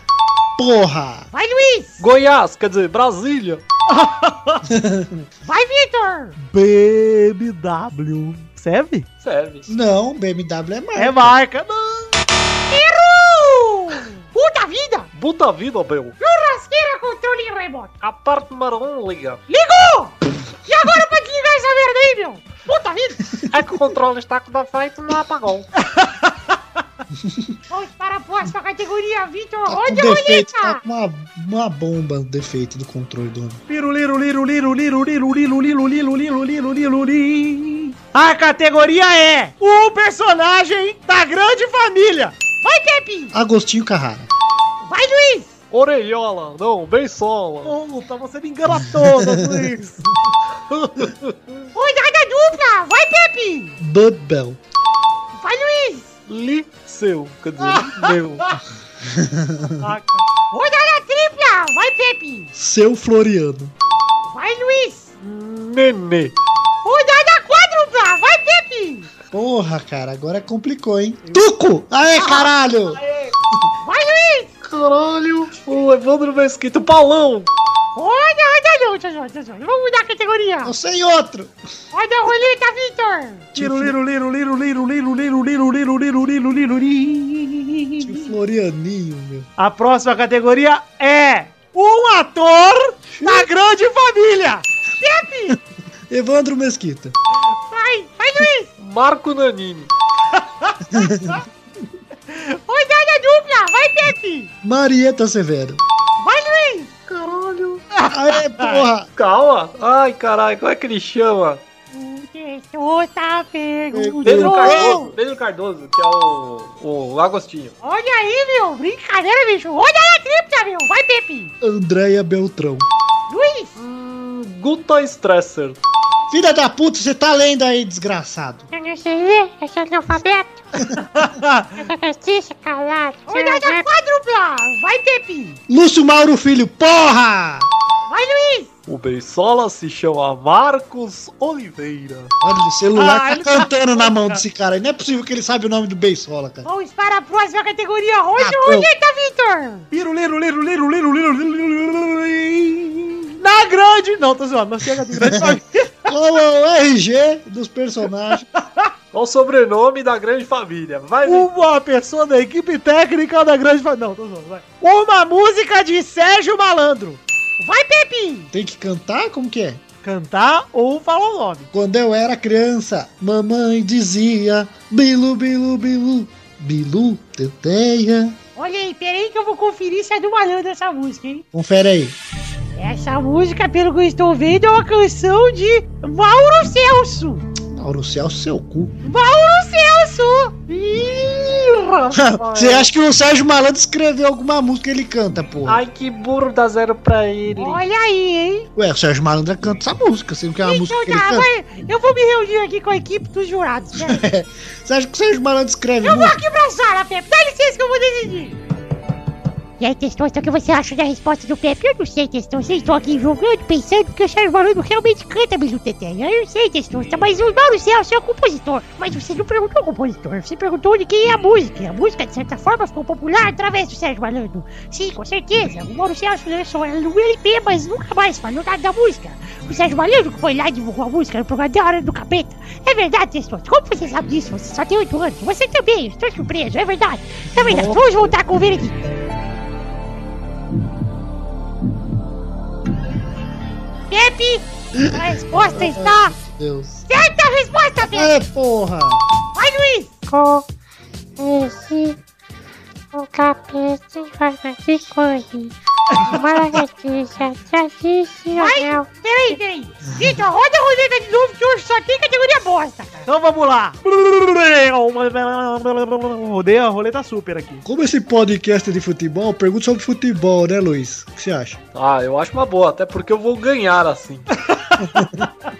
S6: Porra!
S7: Vai, Luiz.
S3: Goiás, quer dizer, Brasília.
S7: Vai, Vitor.
S2: BMW. Serve?
S3: Serve.
S6: Não, BMW é marca.
S1: É marca, não.
S7: Errou. Puta vida.
S3: Puta vida, meu.
S7: Churrasqueira controle remoto.
S3: A parte marrom liga.
S7: Ligou. E agora pra desligar essa merda aí, meu. Puta vida.
S3: É que o controle está com da frente no apagão.
S7: Vamos para a próxima categoria, Vitor.
S6: Tá com
S7: Rode a
S6: defeito, tá
S7: roleta.
S6: com uma, uma bomba no defeito do controle do homem.
S1: Piruliro, liro, liro, liro, liro, liro, liro, liro, liro, liro, liro, li. A categoria é o personagem da grande família.
S7: Vai, Pepe.
S6: Agostinho Carrara.
S7: Vai, Luiz.
S3: Orelhola, não, bençola.
S1: Puta, você me engana todas, Luiz.
S7: Rodada é dupla. Vai, Pepe.
S6: Bubel.
S7: Vai, Luiz.
S3: Liceu, quer dizer, meu.
S7: Rodada tripla. Vai, Pepe.
S6: Seu Floriano.
S7: Vai, Luiz.
S3: Nenê.
S7: Rodada quádrupla. Vai, Pepe.
S6: Porra, cara, agora complicou, hein? Tuco! Aê, caralho!
S7: Vai, Luiz.
S3: Caralho, o Evandro Mesquita, o Paulão.
S7: Olha, olha, não, tio Jorge, tio Jorge. Vamos mudar a categoria.
S6: Eu sei outro!
S7: Olha a roleta, Vitor.
S1: Piruliro, liro, liro, liro, liro, liro, liro, liro, liro, liro, liro, li.
S6: Tio Florianinho, meu.
S1: A próxima categoria é um ator da grande família.
S6: Evandro Mesquita.
S7: Vai, vai, Luiz.
S3: Marco Nanini.
S7: Rodada dupla. Vai, Pepe.
S6: Marieta Severo.
S7: Vai, Luiz.
S3: Caralho.
S6: Aê, porra!
S3: Calma. Ai, caralho, como é que ele chama?
S7: O texto tá
S3: Pedro
S6: Não.
S3: Cardoso. Pedro Cardoso, que é o, o Agostinho.
S7: Olha aí, meu. Brincadeira, bicho. Rodada tripla, meu. Vai, Pepe.
S6: Andréia Beltrão.
S7: Luiz.
S3: Hum, Guta Stresser.
S6: Filha da puta, você tá lendo aí, desgraçado.
S7: Eu não sei ler. Eu sou analfabeto. Eu sou artista, calado. Rodada quádrupla. Vai, Pepe.
S6: Lúcio Mauro Filho, porra!
S7: Vai, Luiz.
S3: O Beisola se chama Marcos Oliveira.
S6: Olha, o celular
S1: Ah,
S6: tá
S1: ele-
S6: cantando na mão desse cara aí. Não é possível que ele sabe o nome do Beisola, cara.
S7: Vamos para a próxima categoria. Hoje,
S6: Ah, pô.
S7: roleta, Vitor.
S1: Piruliro, liro, liro, liro, liro, liro, liro, li. Na grande... Não, tô zoando. Não chega de grande família.
S6: Qual é o RG dos personagens?
S3: Qual o sobrenome da grande família? Vai, ver.
S1: Uma pessoa da equipe técnica da grande família... Não, tô zoando. Vai. Uma música de Sérgio Malandro.
S7: Vai, Pepe.
S6: Tem que cantar? Como que é?
S1: Cantar ou falar o nome.
S6: Quando eu era criança, mamãe dizia Bilu, Bilu, Bilu, Bilu, teteia.
S7: Olha aí, peraí que eu vou conferir se é do malandro essa música, hein?
S6: Confere aí.
S7: Essa música, pelo que eu estou vendo, é uma canção de Mauro Celso.
S6: Mauro Celso, seu cu.
S7: Mauro Celso! Ih,
S6: Você acha que o Sérgio Malandro escreveu alguma música que ele canta, porra?
S3: Ai, que burro, dá zero pra ele.
S7: Olha aí, hein?
S6: Ué, o Sérgio Malandro canta essa música, você não quer uma música
S7: Então
S6: que ele
S7: tá,
S6: canta?
S7: vai, eu vou me reunir aqui com a equipe dos jurados. né? peraí.
S6: Você acha que o Sérgio Malandro escreve
S7: Eu vou
S6: música?
S7: aqui pra sala, Pepe. Dá licença que eu vou decidir. E aí, Testão, então o que você acha da resposta do Pepe? Eu não sei, Testão. Vocês estão aqui julgando, pensando que o Sérgio Malandro realmente canta mesmo Tete. Eu não sei, Testão. Mas o Mauro Celso é o compositor. Mas você não perguntou o compositor. Você perguntou de quem é a música. E A música, de certa forma, ficou popular através do Sérgio Malandro. Sim, com certeza. O Mauro Celso lançou ela no LP, mas nunca mais falou nada da música. O Sérgio Malandro que foi lá e divulgou a música no programa da Hora do Capeta. É verdade, Testão. Como você sabe disso? Você só tem oito anos. Você também. Estou surpreso. É verdade. É verdade. Vamos voltar com o veredito. Pepe, a resposta está.
S6: Deus.
S7: Certa a resposta,
S6: É,
S7: Pepe!
S6: porra!
S7: Vai, Luiz!
S10: Com esse o capeta vai fazer corre. Maravilha, tradicional.
S7: Peraí, peraí! Vitor, roda a roleta de novo que hoje só tem categoria bosta!
S1: Então vamos lá. Rodei a roleta super aqui.
S6: Como esse podcast é de futebol, pergunta sobre futebol, né, Luiz? O que você acha?
S3: Ah, eu acho uma boa, até porque eu vou ganhar assim.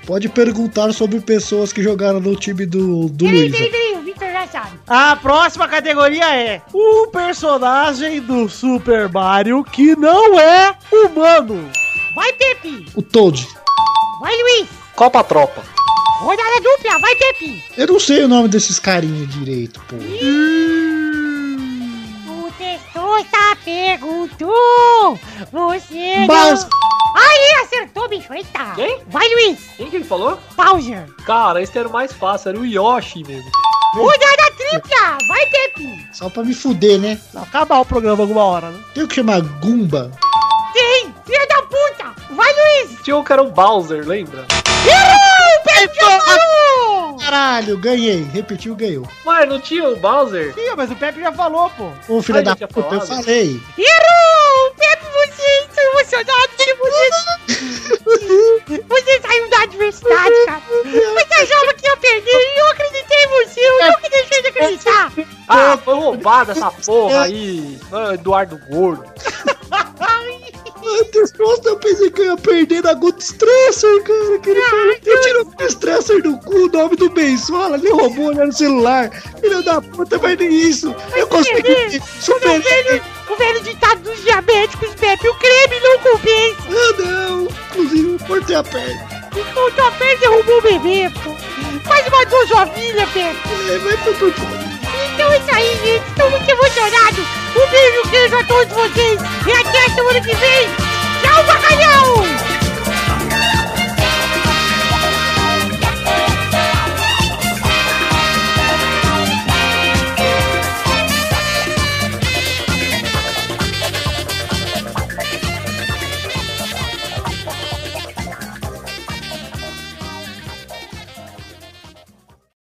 S6: Pode perguntar sobre pessoas que jogaram no time do, do
S7: Peraí,
S6: Luiz.
S7: peraí, peraí, o Vitor já sabe.
S1: A próxima categoria é um personagem do Super Mario que não é humano.
S7: Vai, Pepe!
S6: O Toad.
S7: Vai, Luiz!
S3: Copa Tropa.
S7: Rodada dupla, vai, Pepe!
S6: Eu não sei o nome desses carinha direito, pô.
S7: O Testosta perguntou! tá Você não-
S6: Baus-
S7: Aí, acertou, bicho! Eita!
S3: Quem?
S7: Vai, Luiz!
S3: Quem que ele falou?
S7: Bowser!
S3: Cara, esse era o mais fácil, era o Yoshi mesmo.
S7: Rodada tripla! Vai, Pepe!
S6: Só pra me fuder, né?
S1: Acabar o programa alguma hora, né?
S6: Tem o que chamar Gumba?
S7: Tem! Filho da puta! Vai, Luiz!
S3: Tinha um que era o Bowser, lembra?
S7: Errou! Pepe falou!
S6: Caralho, ganhei. Repetiu, ganhou.
S3: Mas não tinha o Bowser?
S1: Sim, mas o Pepe já falou, pô.
S6: Ô, filha
S3: Ai,
S6: da
S3: já tinha
S6: puta, eu
S3: falado.
S6: falei.
S7: Errou! Pepe, você está emocionado que você... você saiu da adversidade, cara. Você achava que ia perder e eu acreditei em você. Eu nunca deixei de acreditar.
S3: Ah, foi roubada essa porra aí. Ah, Eduardo Gordo.
S6: Antes, nossa, eu pensei que eu ia perder na Good Stresser, cara. Que ele falou. Ah, Eu tirei o Good Stresser do cu, o nome do Bensola. Ele roubou, olhar no celular. Filho da puta, mas nem isso. Eu consegui.
S7: perder. O
S6: Superei.
S7: velho, o velho ditado dos diabéticos, Pepe, o creme não compensa.
S6: Ah, não. Inclusive, eu cortei a perna.
S7: O tua perna derrubou o bebê, pô. Quase matou sua filha, Pepe.
S6: É, Vai pro português.
S7: Então é isso aí, gente. Estou muito emocionado. Um beijo, queijo a todos vocês. E até semana que vem.